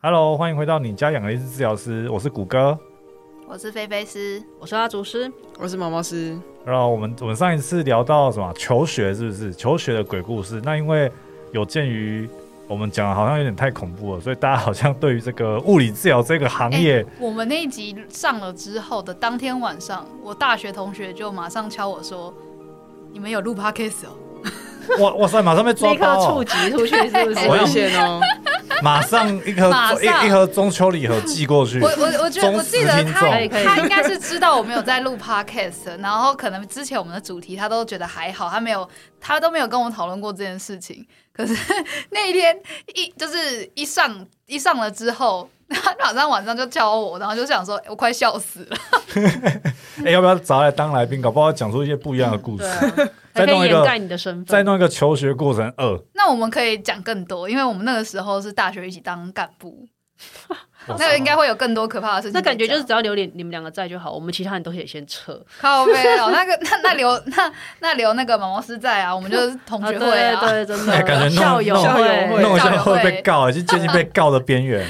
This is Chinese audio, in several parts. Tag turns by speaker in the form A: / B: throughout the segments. A: Hello，欢迎回到你家养的一只治疗师，我是谷歌。
B: 我是菲菲师，
C: 我是阿竹师，
D: 我是毛毛师，
A: 然后我们我们上一次聊到什么求学是不是求学的鬼故事？那因为有鉴于我们讲的好像有点太恐怖了，所以大家好像对于这个物理治疗这个行业、
B: 我们那一集上了之后的当天晚上，我大学同学就马上敲我说：“你们有录 podcast 哦
A: 哇哇塞，马上被抓
C: 立刻
A: 包、
C: 触
A: 哦，
C: 及出去是不
B: 哎
D: 好
A: 我要
D: 危
C: 是？
D: 险哦！
A: 马上一盒
B: 马上
A: 一一盒中秋礼盒寄过？”去
B: 我。我我觉得
A: 忠
B: 我
A: 实
B: 记得
A: 听
B: 他
A: 众
C: 可以可以
B: 他应该是知道我没有在录 podcast，然后可能之前我们的主题他都觉得还好，他没有他都没有跟我讨论过这件事情。可是那一天一就是一上一上了之后，他马上晚上就敲我，然后就想说：“哎我快笑死了。
A: 哎、要不要找他来当来宾？搞不好讲出一些不一样的故事。
C: 对啊，
A: 再
C: 还可
A: 弄
C: 以
A: 一个
C: 掩盖你的身
A: 再
C: 份。
A: 弄一个求学过程二，”
B: 那我们可以讲更多，因为我们那个时候是大学一起当干部。
A: 哇
B: 那个应该会有更多可怕的事情可
C: 那
B: 以讲。
C: 感觉就是只要留你你们两个在就好，我们其他人都可以先撤。
B: 靠背哦， 那个那那留那那留那个毛毛师在啊，我们就是同学会啊。
C: 哦对对，真的，
A: 感觉弄
C: 呃 校友
A: 弄
D: 校
C: 会
D: 友
A: 弄一
B: 校
A: 下
B: 友
A: 会被
B: 会
A: 告，就接近被告的边缘。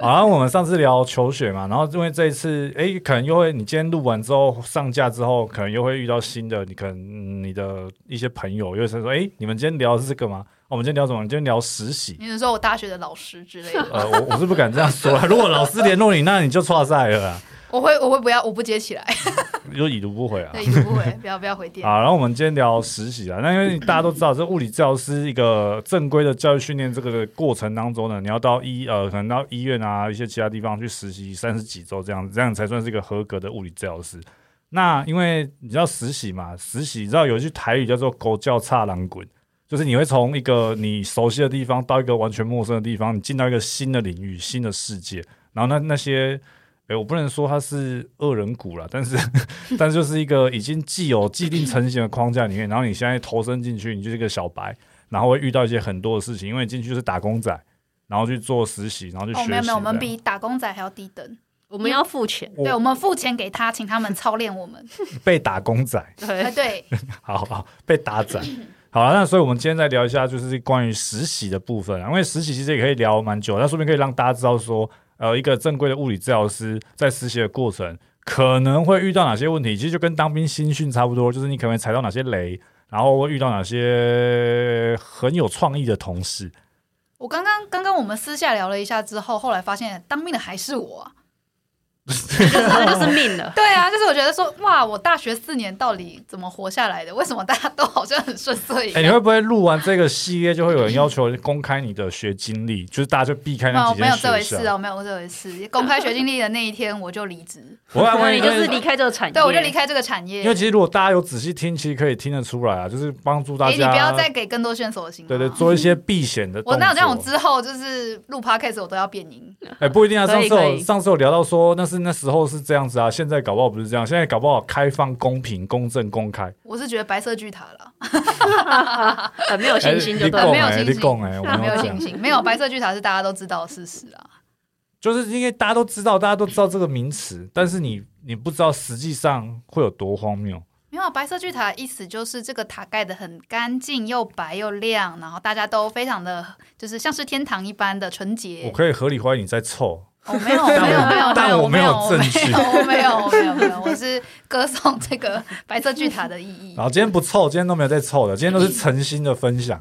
A: 好，然后我们上次聊求学嘛，然后因为这一次，哎，可能又会你今天录完之后上架之后，可能又会遇到新的，你可能、嗯你的一些朋友，又会说，哎，你们今天聊的是这个吗？哦我们今天聊什么？我们今天聊实习。
B: 你是说我大学的老师之类的？
A: 呃，我我是不敢这样说啦。啊如果老师联络你，那你就错赛了啦，
B: 我会我会不要，我不 接起来，
A: 就已读不回啊。
B: 对，一定不会，不要不要回电。
A: 好，然后我们今天聊实习啊，那因为大家都知道，这物理治疗师一个正规的教育训练这个的过程当中呢，你要到医呃，可能到医院啊一些其他地方去实习三十几周这样子，这样才啊算是一个合格的物理治疗师。那因为你知道实习嘛，实习你知道有一句台语叫做“狗叫叉狼滚”，就是你会从一个你熟悉的地方到一个完全陌生的地方，你进到一个新的领域、新的世界，然后那那些。诶，我不能说它是恶人谷啦，但是 但就是一个已经既有既定成型的框架里面，然后你现在投身进去，你就是一个小白，然后会遇到一些很多的事情，因为你进去就是打工仔，然后去做实习，然后去学
B: 哦，
A: 习。
B: 没有没有，我们
A: 这样
B: 比打工仔还要低等。
C: 我们要付钱。
A: 我
B: 对，我们付钱给他，请他们操练 我们。
A: 被打工仔，
B: 哎，
C: 对，
B: 对，
A: 好好被打仔。好了，那所以我们今天再聊一下，就是关于实习的部分啊，因为实习其实也可以聊蛮久，那说明可以让大家知道说，呃，一个正规的物理治疗师在实习的过程可能会遇到哪些问题，其实就跟当兵新训差不多，就是你可能会踩到哪些雷，然后会遇到哪些很有创意的同事。
B: 我刚刚刚刚我们私下聊了一下之后，后来发现当兵的还是我啊。
C: 就是那就是 命了。
B: 对啊， 就是我觉得说，哇，我大学四年到底怎么活下来的？为什么大家都好像很顺遂一
A: 哎、
B: 样？
A: 你会不会录完这个系列就会有人要求公开你的学经历，就是大家就避开
B: 没
A: 那
B: 有
A: 几
B: 没
A: 间
B: 有这回
A: 学
B: 事
A: 校？
B: 哦，没有这回事。公开学经历的那一天我就离职，
A: 我还
C: 那
A: 万一
C: 你就是离开这个产业，
B: 对我就离。开这个产业。
A: 因为其实如果大家有仔细听，其实可以听得出来啊，就是帮助大
B: 哎、
A: 家。
B: 你不要再给更多线索行吗？
A: 对对，做一些避险的动作。
B: 我那有这种之后就是录 podcast 我都要变音，
A: 哎，不一定啊。上
C: 可以
A: 次有
C: 可以
A: 上次有聊到说，那是那时候是这样子啊，现在搞不好不是这样，现在搞不好开放、公平、公正、公开。
B: 我是觉得白色巨塔 了，
C: 很呃没有信心就
A: 你
C: 对
A: 讲
B: 没有
C: 了。
A: 哎，
B: 信
A: 你
B: 心
A: 讲哎，我
B: 没
A: 没
B: 有
A: 有
B: 信
A: 讲，
B: 心，没有白色巨塔是大家都知道的事实啊。
A: 就是因为大家都知道，大家都知道这个名词，但是你你不知道实际上会有多荒 谬。
B: 没有啊白色巨塔的意思就是这个塔盖得很干净，又白又亮，然后大家都非常的就是像是天堂一般的纯
A: 我
B: 洁。
A: 可以合理怀疑你在凑，
B: 我、哦没有没有没有没有，
A: 但我
B: 没有
A: 但我没有证据
B: 我没有我没有我没有没有，我是歌颂这个白色巨塔的意义
A: 然。后今天不凑，今天都没有在凑的，今天
B: 嗯
A: 都是诚心的分享。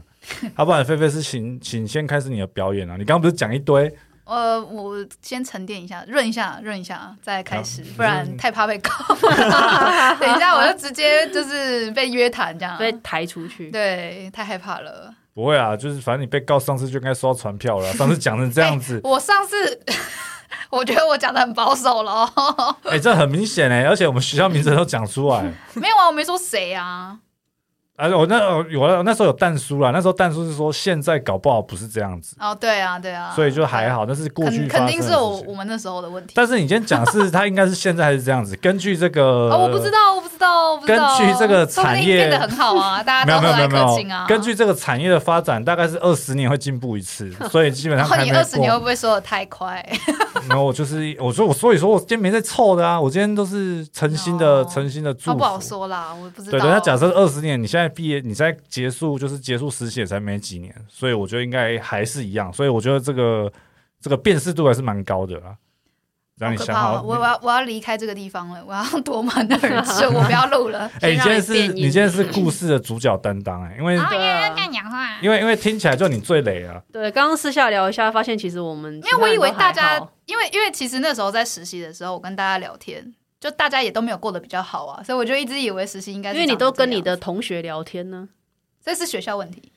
A: 要不然，菲菲是请请先开始你的表演啊！你刚刚不是讲一堆，
B: 呃，我先沉淀一下，润一下，润一下，啊再开始，
A: 好
B: 不然太怕被 告。等一下我就直接就是被约谈这样，
C: 被抬出去，
B: 对，太害怕了。，
A: 不会啊，就是反正你被告上次就应该收到传票了啊，上次讲成这样子
B: 哎我上次我觉得我讲的很保守了哦，
A: 哎、这很明显哎、而且我们学校名字都讲出来。
B: 没有啊，我没说谁啊。
A: 而且我那我那时候有蛋叔啦，那时候蛋叔是说现在搞不好不是这样子，
B: 哦，对啊，对啊，
A: 所以就还好，那是过去
B: 肯
A: 发
B: 肯
A: 生
B: 定
A: 的
B: 是
A: 事
B: 我我
A: 情。
B: 们那时候的问题。
A: 但是你今天讲的是他应该是现在还是这样子，根据这个
B: 哦，我不知道，我不知道，我不知道。
A: 呃根据这个产业
B: 说不定变得很好啊，大
A: 没
B: 家
A: 有
B: 都
A: 没
B: 和
A: 有没
B: 蔼
A: 有没
B: 可亲啊
A: 有，。根据这个产业的发展，大概是二十年会进步一 次，所以基本
B: 然
A: 上
B: 后
A: 还
B: 哦你
A: 没
B: 二十年会
A: 过。
B: 不会说的太快？
A: 然后我就是我说我所以说我今天没在凑的啊，我今天都是诚心的
B: 哦
A: 诚心的祝
B: 好
A: 福。
B: 不好说啦，我不知道。
A: 对，等下假设二十年，你现在毕业，你现在结束就是结束实习也才没几年，所以我觉得应该还是一样。所以我觉得这个这个辨识度还是蛮高的啦。让你
B: 可
A: 想
B: 怕
A: 好，
B: 哦
A: 嗯
B: 我我要我要离开这个地方了，我要夺门而出，我不要 录了。
A: 哎、你现
C: 先
A: 在
C: 让你
A: 是
C: 变
A: 你
C: 硬
A: 现在是故事的主角担当哎、因为、
B: 然后
C: 对
B: 因
C: 啊
B: 为干讲话，
A: 因为因为听起来就你最累 啊，
C: 对，刚刚私下聊一下，发现其实我们因
B: 因为我以为大家，因为因为其实那时候在实习的时候，我跟大家聊天，就大家也都没有过得比较好啊，所以我就一直以为实习应该
C: 因
B: 是
C: 为你
B: 长这
C: 都跟
B: 样
C: 你的，同学聊天呢。
B: 这是学校问题。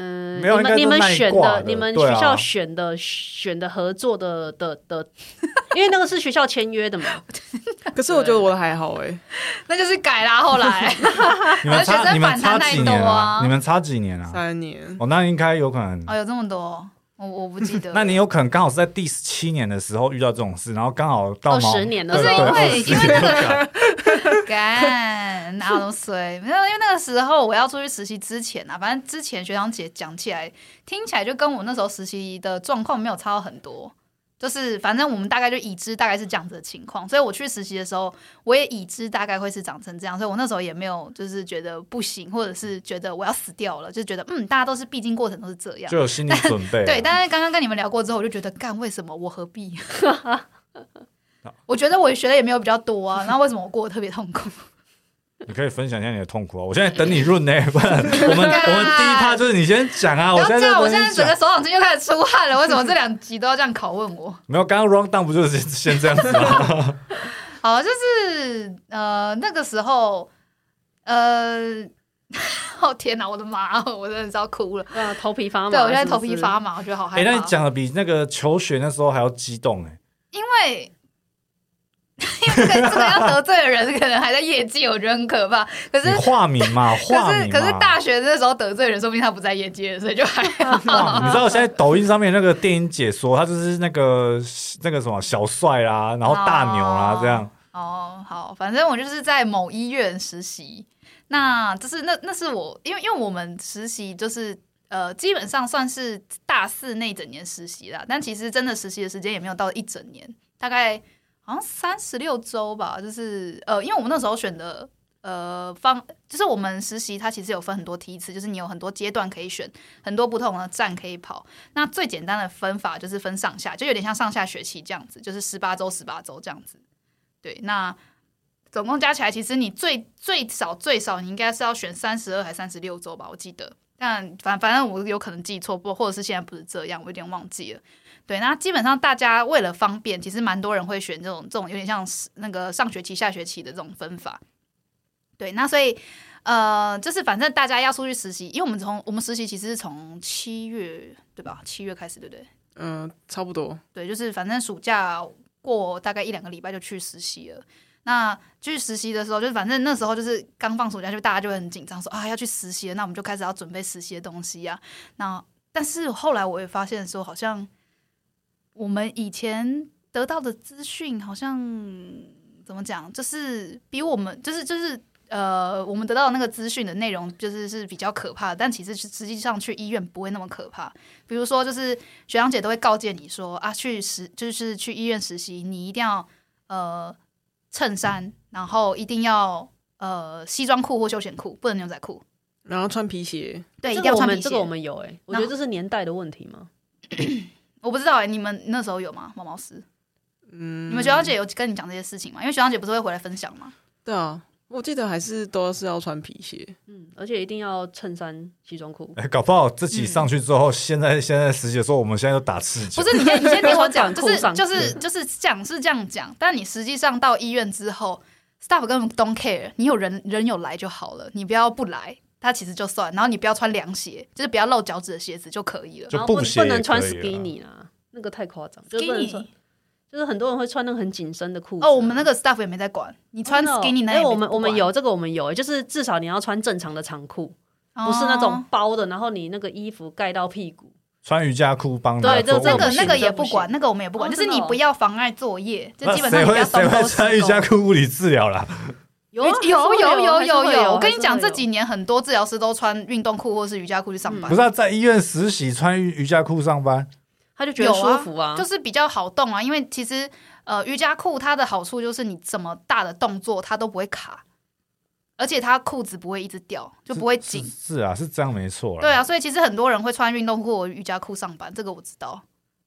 C: 嗯，
A: 没有应
C: 你
A: 该
C: 们
A: 是
C: 你们
A: 那一
C: 选
A: 挂的
C: 你们
A: 对啊
C: 学校选的、选的合作的的的，因为那个是学校签约的嘛。
D: 可是我觉得我的还好哎、
B: 那就是改啦。后 来
A: 你们
B: 而且
A: 差
B: 在
A: 你们
B: 反弹
A: 差
B: 那
A: 几
B: 一
A: 年
B: 栋啊
A: 你们差几年啊？
D: 三年。
A: 哦，那应该有可能。。
B: 哦，有这么多哦，我我不记 得
A: 那你有可能刚好是在第十七年的时候遇到这种事，然后刚好到
B: 哦
C: 二
A: 毛
C: 十年的
B: 不是
C: 时
A: 对
B: 因
C: 候
A: 对
B: 为
A: 20
B: 因为那个干哪有那么衰？没有，因为那个时候我要出去实习之前啊，反正之前学长姐讲起来，听起来就跟我那时候实习的状况没有差到很多。就是反正我们大概就已知大概是这样子的情况，所以我去实习的时候，我也已知大概会是长成这样，所以我那时候也没有就是觉得不行，或者是觉得我要死掉了，就觉得嗯，大家都是必经过程都是这样
A: 就。有心理准备啊。
B: 对，但是刚刚跟你们聊过之后，我就觉得，嗯干为什么我何必？我觉得我学的也没有比较多啊，然后为什么我过得特别痛苦？
A: 你可以分享一下你的痛苦啊！我现在等你润呢、不 然我们我们第一趴就是你先讲啊！我
B: 然后
A: 现
B: 这
A: 在
B: 样，
A: 就
B: 我
A: 跟
B: 现
A: 你
B: 在整
A: 讲
B: 个，手掌心就开始出汗了。为什么这两集都要这样拷问我？
A: 没有，刚刚 round down 不就是先先这样子吗？
B: 好，就是呃那个时候，呃， 哦天哪，我的妈，我真的是要哭了。
C: 对啊，头皮发麻。
B: 对，我现在
C: 是不
B: 头
C: 是
B: 皮发麻，我觉得好
A: 哎、
B: 害怕。
A: 那你讲的比那个求学那时候还要激动哎、
B: 因为 因为这个这个要得罪的人可能还在业界，我觉得很可怕。可是
A: 你化名嘛，化
B: 可
A: 名嘛
B: 是可是大学那时候得罪人，说不定他不在业界，所以就还好。
A: 哇！你知道现在抖音上面那个电影解说，他就是那个那个什么小帅啦，然后大牛啦
B: 哦
A: 这样。
B: 哦，好，反正我就是在某医院实习。那就是那那是我，因为因为我们实习就是呃，基本上算是大四那一整年实习啦，但其实真的实习的时间也没有到一整年，大概好像三十六周吧。就是呃，因为我们那时候选的呃方，就是我们实习它其实有分很多梯次，就是你有很多阶段可以选，很多不同的站可以跑。那最简单的分法就是分上下，就有点像上下学期这样子，就是十八周、十八周这样子。对，那总共加起来，其实你最最少最少，你应该是要选三十二还三十六周吧，我记得。但反反正我有可能记错，不或者是现在不是这样，我有点忘记了。对，那基本上大家为了方便，其实蛮多人会选这种这种有点像是那个上学期、下学期的这种分法。对，那所以呃，就是反正大家要出去实习，因为我们从我们实习其实是从七月对吧？七月开始，对不对？
D: 嗯、差不多。
B: 对，就是反正暑假过大概一两个礼拜就去实习了。那去实习的时候，就是反正那时候就是刚放暑假，就大家就会很紧张，说啊要去实习了，那我们就开始要准备实习的东西呀、那但是后来我也发现说，好像我们以前得到的资讯，好像怎么讲，就是比我们就是就是呃，我们得到的那个资讯的内容，就是是比较可怕的，但其实实际上去医院不会那么可怕。比如说，就是学长姐都会告诫你说啊，去实就是去医院实习，你一定要呃衬衫，然后一定要呃西装裤或休闲裤，不能牛仔裤。
D: 然后穿皮鞋，
B: 对，一定
C: 这个
B: 要
C: 我
B: 穿皮鞋。
C: 们这个我们有哎、我觉得这是年代的问题嘛。
B: 我不知道哎、你们那时候有吗？毛毛师，
D: 嗯，
B: 你们学长姐有跟你讲这些事情吗？因为学长姐不是会回来分享吗？
D: 对啊，我记得还是都是要穿皮鞋。
C: 嗯，而且一定要衬衫、西装裤。
A: 哎、搞不好自己上去之后，现在现在实习的时候，我们现在就打赤脚
B: 嗯不。是，你先你先听我讲，
C: 裤
B: 就是
C: 上
B: 就是就是讲是这样讲，但你实际上到医院之后，staff 根本 don't care，你有人人有来就好了，你不要不来，他其实就算，然后你不要穿凉鞋，就是不要露脚趾的鞋子就可以了。
A: 就
C: 然后
A: 布
C: 不
A: 鞋
C: 不能穿
A: 也可以啊
C: skinny 啦，那个太夸张，就是不能穿，就是很多人会穿那个很紧身的裤子啊。
B: 哦，我们那个 staff 也没在管，你穿
C: 真的哦
B: skinny 那
C: 哎
B: 也没
C: 我们我们
B: 不管，
C: 有这个我们有，欸就是至少你要穿正常的长裤，不
B: 不
C: 是那种包的，然后你那个衣服盖到屁股。
A: 穿瑜伽裤帮
C: 对
A: 他
C: 这
A: 做
B: 那
A: 卧
B: 个
A: 底
B: 那个
C: 这
B: 也
C: 不
B: 不
C: 行
B: 管，那个我们也不管，
C: 哦
B: 就是
C: 真的
B: 你
C: 哦
B: 不要妨碍作业，就
A: 那
B: 基本上
A: 谁
B: 你不要
A: 会谁
B: 东
A: 会
B: 勾西
A: 穿瑜
B: 勾
A: 伽裤物理治疗啦？
C: 有啊
B: 有
C: 还是
B: 有
C: 会
B: 有
C: 有还是会有，
B: 有，我跟你讲，
C: 还是
B: 这
C: 会
B: 几年很多治疗师都穿运动裤或是瑜伽裤去上班
A: 不是、。啊、在医院实习穿瑜瑜伽裤上班，
C: 他就觉
B: 有
C: 得舒服啊，
B: 就是比较好动啊。因为其实呃，瑜伽裤它的好处就是你怎么大的动作它都不会卡，而且它裤子不会一直掉，就不会
A: 是
B: 紧。
A: 是啊，是这样没错啦。
B: 对啊，所以其实很多人会穿运动裤、瑜伽裤上班，这个我知道。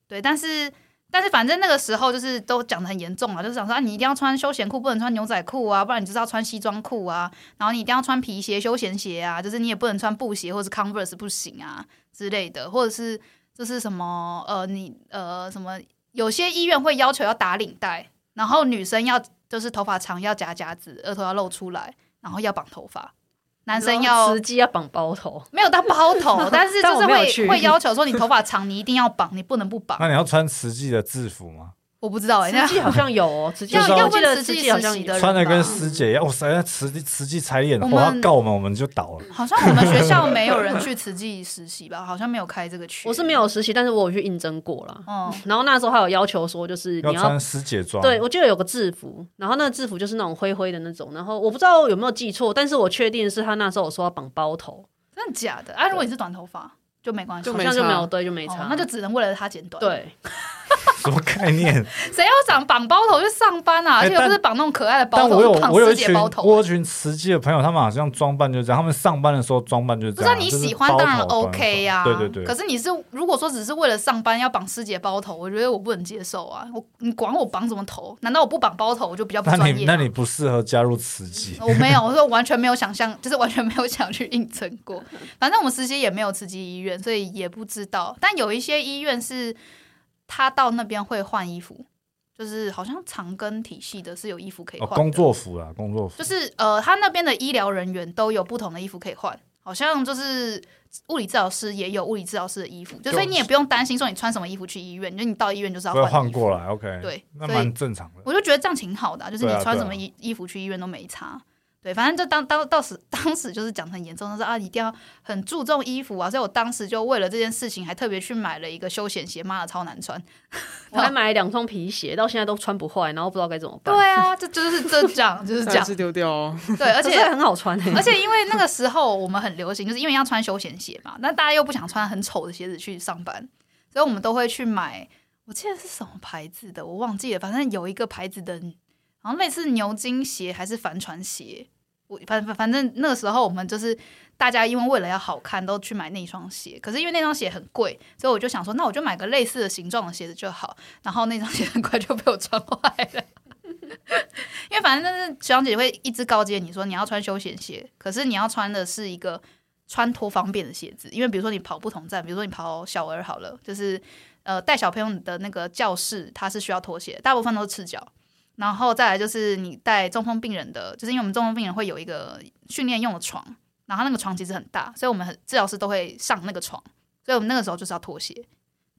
B: 对，但是但是反正那个时候就是都讲的很严重啊，就是想说啊，你一定要穿休闲裤，不能穿牛仔裤啊，不然你就是要穿西装裤啊，然后你一定要穿皮鞋、休闲鞋啊，就是你也不能穿布鞋或者 Converse 不行啊之类的，或者是就是什么呃，你呃什么有些医院会要求要打领带，然后女生要就是头发长要夹夹子，额头要露出来，然后要绑头发。男生
C: 然后
B: 要
C: 司机要绑包头，
B: 没有到包 头，但是
C: 但
B: 就
C: 我
B: 是
C: 没有
B: 会
C: 去
B: 会要求说你头发长，你一定要绑，你不能不绑。
A: 那你要穿慈济的制服吗？
B: 我不知道哎、
C: 司
B: 那
C: 机好像有哦，司机
A: 要要
C: 我记得
B: 问司
C: 司
B: 机
C: 机好像
B: 实习的人
A: 穿的跟
B: 吧
A: 师姐一样，哇塞，那慈济慈济才演的，
B: 我
A: 哇，
B: 们
A: 他告我们我们就倒 了。
B: 好像我们学校没有人去慈济实习吧？好像没有开这个区。
C: 我是没有实习，但是我有去应征过啦。
B: 嗯，
C: 然后那时候还有要求说，就是
A: 要
C: 你要
A: 穿师姐装，
C: 对，我记得有个制服，然后那个制服就是那种灰灰的那种，然后我不知道有没有记错，但是我确定是他那时候有说要绑包头，
B: 真的假的？啊，如果你是短头发就没关系，
D: 就
C: 好
D: 没
C: 像就
D: 差
C: 没有对，就没
B: 哦
C: 差，
B: 那就只能为了他剪短。，
C: 对，
A: 什么概念？
B: 谁要长绑包头去上班啊？
A: 哎
B: 而且又不
A: 但
B: 是绑那种可爱的 包
A: 但
B: 头，
A: 我有
B: 是绑
A: 我有
B: 师
A: 一
B: 姐
A: 群
B: 包
A: 我
B: 头
A: 有一。群慈济的朋友，他们好像装扮就是这样，他们上班的时候装扮就是
B: 不
A: 这
B: 是啊
A: 样，
B: 你
A: 就是
B: 喜欢
A: 包
B: 当然
A: 头短
B: OK 呀、
A: 对对对。
B: 可是你是如果说只是为了上班要绑师姐包头，我觉得我不能接受啊！我你管我绑什么头？难道我不绑包头我就比较不
A: 那
B: 专
A: 你
B: 业啊
A: 那
B: 吗？
A: 你不适合加入慈济，
B: 我没有，我说完全没有想象，就是完全没有想去应征过。反正我们实习也没有慈济医院，所以也不知道。但有一些医院是他到那边会换衣服，就是好像长庚体系的是有衣服可以
A: 哦，
B: 换、
A: 工，作服啦，工作服
B: 就是呃，他那边的医疗人员都有不同的衣服可以换，好像就是。物理治疗师也有物理治疗师的衣服，就所以你也不用担心说你穿什么衣服去医院，就你到医院就是要
A: 不要
B: 换
A: 换
B: 衣服
A: 过来，OK，，
B: 对，
A: 那
B: 所以
A: 蛮正常的。
B: 我就觉得这样挺好的啊、就是你
A: 对啊
B: 穿什
A: 对
B: 么
A: 啊
B: 衣衣服去医院都没差。对，反正就当当到时 当时就是讲得很严重，他说啊，一定要很注重衣服啊，所以我当时就为了这件事情，还特别去买了一个休闲鞋，妈的超难穿。
C: 我还买了两双皮鞋，到现在都穿不坏，然后不知道该怎么办。
B: 对，啊，这就是这这样，就是这
D: 再
B: 样。
D: 次丢 掉哦。
B: 对，而
C: 而
B: 且
C: 且很好穿欸，
B: 而且因为那个时候我们很流行，就是因为要穿休闲鞋嘛，那大家又不想穿很丑的鞋子去上班，所以我们都会去买。我记得是什么牌子的，我忘记了，反正有一个牌子的，好像类似牛津鞋还是帆船鞋。我反反反正那个时候我们就是大家因为为了要好看，都去买那双鞋。可是因为那双鞋很贵，所以我就想说，那我就买个类似的形状的鞋子就好。然后那双鞋很快就被我穿坏了。因为反正就是学长姐会一直告诫你说你要穿休闲鞋，可是你要穿的是一个穿脱方便的鞋子，因为比如说你跑不同站，比如说你跑小儿好了，就是呃带小朋友的那个教室它是需要拖鞋，大部分都是赤脚。然后再来就是你带中风病人的，就是因为我们中风病人会有一个训练用的床，然后那个床其实很大，所以我们很治疗师都会上那个床，所以我们那个时候就是要脱鞋，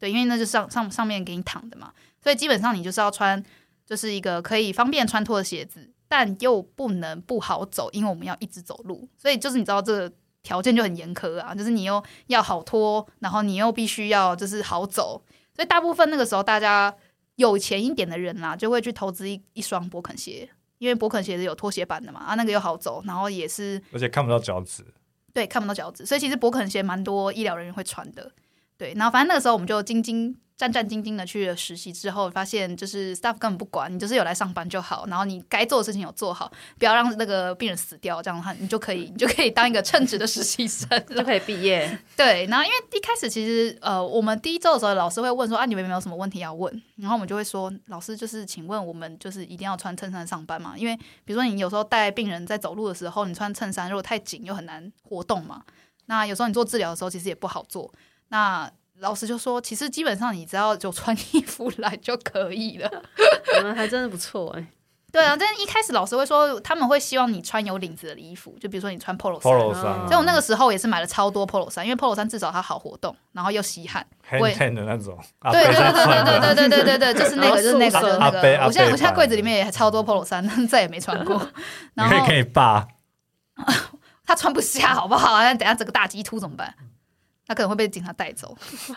B: 对，因为那就是上上上面给你躺的嘛，所以基本上你就是要穿就是一个可以方便穿脱的鞋子，但又不能不好走，因为我们要一直走路，所以就是你知道这个条件就很严苛啊，就是你又要好脱，然后你又必须要就是好走，所以大部分那个时候大家有钱一点的人啦、就会去投资一一双勃肯鞋，因为勃肯鞋是有拖鞋版的嘛，啊那个又好走，然后也是
A: 而且看不到脚趾，
B: 对，看不到脚趾，所以其实勃肯鞋蛮多医疗人员会穿的。对，然后反正那个时候我们就兢兢战战兢兢的去了实习，之后发现就是 staff 根本不管你，就是有来上班就好，然后你该做的事情有做好，不要让那个病人死掉，这样的话你就可以你就可以当一个称职的实习生了
C: 欸就可以毕业。
B: 对，然后因为一开始其实呃，我们第一周的时候，老师会问说啊，你们有没有什么问题要问？然后我们就会说，老师就是请问我们就是一定要穿衬衫上班嘛？因为比如说你有时候带病人在走路的时候，你穿衬衫如果太紧又很难活动嘛。那有时候你做治疗的时候，其实也不好做。那老师就说，其实基本上你只要有穿衣服来就可以了。
C: 我们还真的不错 哎、
B: 对啊，但是一开始老师会说，他们会希望你穿有领子的衣服，就比如说你穿 polo 衫。
A: polo
C: 啊
A: 衫啊，
B: 所以我那个时候也是买了超多 ppolo 衫，因为 polo 衫至少它好活动，然后又吸汗。我也
A: hand hand 的那种，啊阿
B: 对
A: 伯
B: 对
A: 在
B: 对
A: 穿的
B: 对对对对对对对，就是那个就是那个就是
C: 然后素色
B: 那
A: 阿伯
B: 个。
A: 阿
B: 我现在
A: 伯
B: 我现在
A: 版
B: 柜子里面也超多 polo 衫，但是再也没穿过。然
A: 你可以
B: 后
A: 可以霸，
B: 他穿不下，好不好？ 那等下整个大鸡突怎么办？他可能会被警察带走。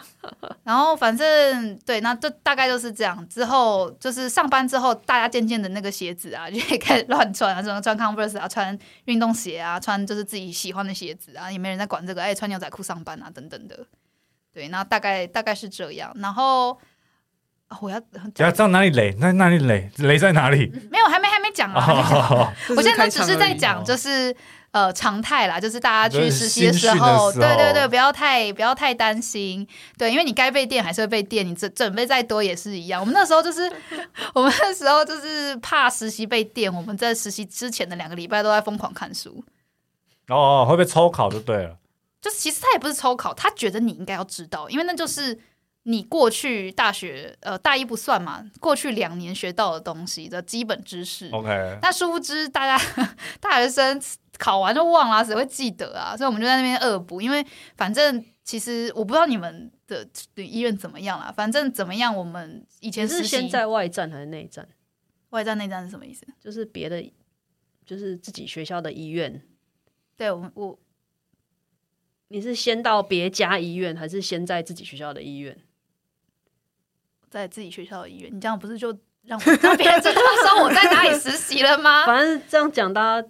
B: 然后反正对，那就大概就是这样。之后就是上班之后，大家渐渐的那个鞋子啊，就 也开始乱穿啊，什么穿 Converse 啊，穿运动鞋啊，穿就是自己喜欢的鞋子啊，也没人在管这个。哎，穿牛仔裤上班啊，等等的。对，那大概大概是这样。然后、啊我要
A: 不要知道哪里雷，那哪里雷，雷在哪里？
B: 没有，还没还没讲了，还没讲
A: 哦，
B: 我现在
D: 开
B: 都只
D: 场
B: 是在
D: 而已哦
B: 讲，就是呃常态啦，就是大家
A: 就
B: 去
A: 是
B: 实习的
A: 新
B: 时
A: 训的
B: 候，
A: 时
B: 对对
A: 候
B: 对，不要太不要太担心，对，因为你该被电还是会被电，你准准备再多也是一样。我们那时候就是 我们那时候就是怕实习被电，我们在实习之前的两个礼拜都在疯狂看书，
A: 哦，会被抽考就对了。
B: 就是其实他也不是抽考，他觉得你应该要知道，因为那就是。你过去大学，呃，大一不算嘛，过去两年学到的东西的基本知
A: 哦
B: 识。
A: OK，
B: 那殊不知，大家 大学生考完就忘了啊、谁会记得啊？所以我们就在那边恶补，因为反正其实我不知道你们的医院怎么样啦，反正怎么样，我们以
C: 你
B: 前
C: 是
B: 实习
C: 先在外站还是内站？
B: 外站内站是什么意思？
C: 就是别的，就是自己学校的医院。
B: 对我我
C: 你是先到别家医院，还是先在自己学校的医院？
B: 在自己学校的医院，你这样不是就让我让别人知道说我在哪里实习了 吗？
C: 反正这样讲，大家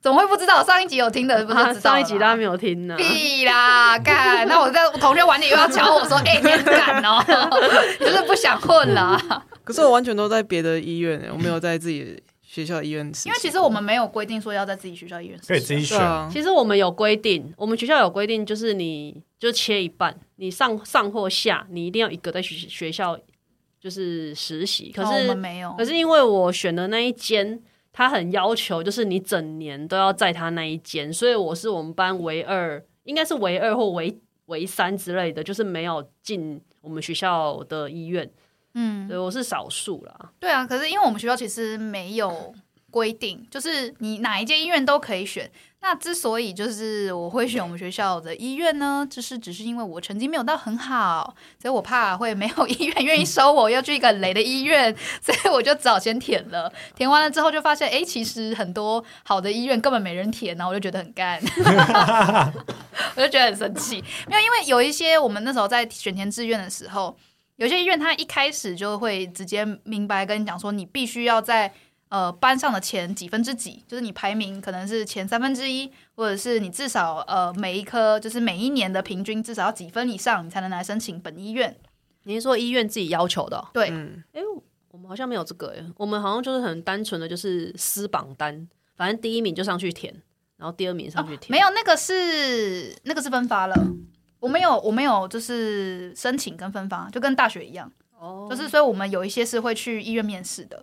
B: 怎么会不知道？上一集有听的不是
C: 啊
B: 知道了吗
C: 上一集大家没有听 呢、
B: 屁啦，干！那我在我同学晚点又要瞧我说，哎、你很敢哦， 你就是不想混了啊、
D: 可是我完全都在别的医院、欸，我没有在自己的学校的医院实习
B: 因为其实我们没有规定说要在自己学校医院实习
A: 可以自己
D: 对
A: 选。
D: 啊，
C: 其实我们有规定，我们学校有规定，就是你就切一半，你上上或下，你一定要一个在学学校就是实习。可
B: 哦
C: 是、
B: 我们没有，
C: 可是因为我选的那一间，他很要求，就是你整年都要在他那一间，所以我是我们班唯二，应该是唯二或唯唯三之类的，就是没有进我们学校的医院，
B: 嗯，
C: 对我是少数啦。
B: 对啊，可是因为我们学校其实没有规定，就是你哪一间医院都可以选。那之所以就是我会选我们学校的医院呢，就是只是因为我成绩没有到很好，所以我怕会没有 医院愿意收我，要去一个雷的医院，所以我就只好先填了。填完了之后就发现，哎，其实很多好的医院根本没人填，然后我就觉得很干， 我就觉得很生气。没有，因为有一些我们那时候在选填志愿的时候，有些医院他一开始就会直接明白跟你讲说，你必须要在呃班上的前几分之几，就是你排名可能是前三分之一，或者是你至少呃每一科就是每一年的平均至少要几分以上，你才能来申请本医院。
C: 你是说医院自己要求的、哦？
B: 对，
D: 嗯，
C: 哎、我们好像没有这个哎、我们好像就是很单纯的，就是撕榜单，反正第一名就上去填，然后第二名上去填，
B: 哦没有那个是那个是分发了。我们有，我们有，就是申请跟分发，就跟大学一样，
C: 哦
B: 就是所以我们有一些是会去医院面试的，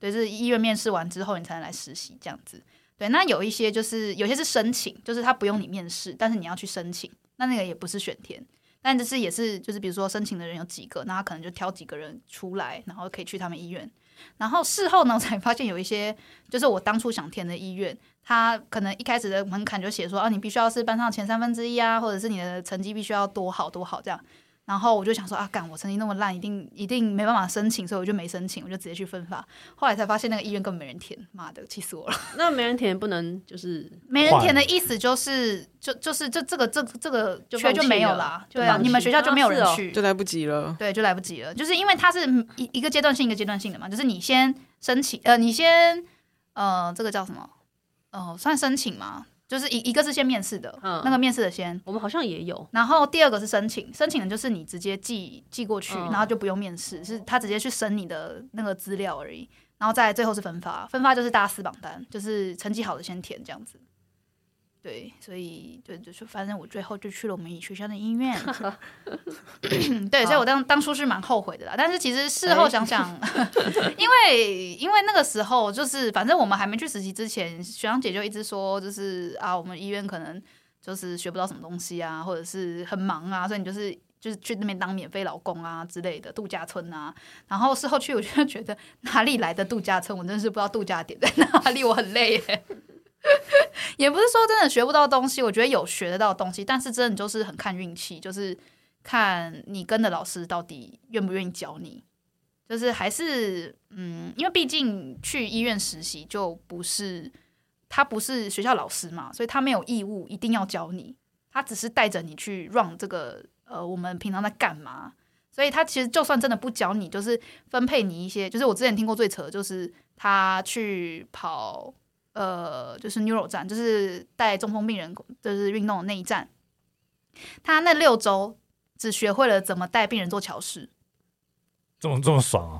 B: 对，就是医院面试完之后你才能来实习这样子。对，那有一些就是有些是申请，就是他不用你面试，但是你要去申请，那那个也不是选填，但就是也是就是比如说申请的人有几个，那他可能就挑几个人出来，然后可以去他们医院。然后事后呢，我才发现有一些就是我当初想填的医院，他可能一开始的门槛就写说，啊，你必须要是班上前三分之一啊，或者是你的成绩必须要多好多好这样。然后我就想说啊，干我成绩那么烂，一定一定没办法申请，所以我就没申请，我就直接去分发。后来才发现那个医院根本没人填，妈的，气死我了！
C: 那没人填不能就是
B: 没人填的意思就是，就就是这这个这这个
C: 就
B: 缺
C: 放弃
B: 就没有
C: 了
B: 啦，
C: 就
B: 对啊，
C: 放弃
B: 你们学校就没有人
C: 啊是哦
B: 去，
D: 就来不及了。
B: 对，就来不及了。就是因为它是一一个阶段性一个阶段性的嘛，就是你先申请，呃，你先呃，这个叫什么？哦、算申请嘛，就是一一个是先面试的，
C: 嗯
B: 那个面试的先，
C: 我们好像也有，
B: 然后第二个是申请，申请的就是你直接寄寄过去，
C: 嗯
B: 然后就不用面试，是他直接去审你的那个资料而已。然后再来最后是分发，分发就是大家撕榜单，就是成绩好的先填这样子。对，所以对，就是反正我最后就去了我们学校的医院。 对，所以我当当初是蛮后悔的啦，但是其实事后想想， 因为因为那个时候就是反正我们还没去实习之前，学长姐就一直说就是啊，我们医院可能就是学不到什么东西啊，或者是很忙啊，所以你就是就是去那边当免费劳工啊之类的度假村啊。然后事后去，我就觉得哪里来的度假村，我真的是不知道度假点在哪里，我很累耶。 也不是说真的学不到东西，我觉得有学得到东西，但是真的就是很看运气，就是看你跟的老师到底愿不愿意教你。就是还是嗯，因为毕竟去医院实习就不是他不是学校老师嘛，所以他没有义务一定要教你，他只是带着你去 run 这个呃我们平常在干嘛。所以他其实就算真的不教你，就是分配你一些，就是我之前听过最扯，的就是他去跑呃，就是 neuro 站，就是带中风病人就是运动的那一站，他那六周只学会了怎么带病人做桥式，
A: 这么这么爽啊？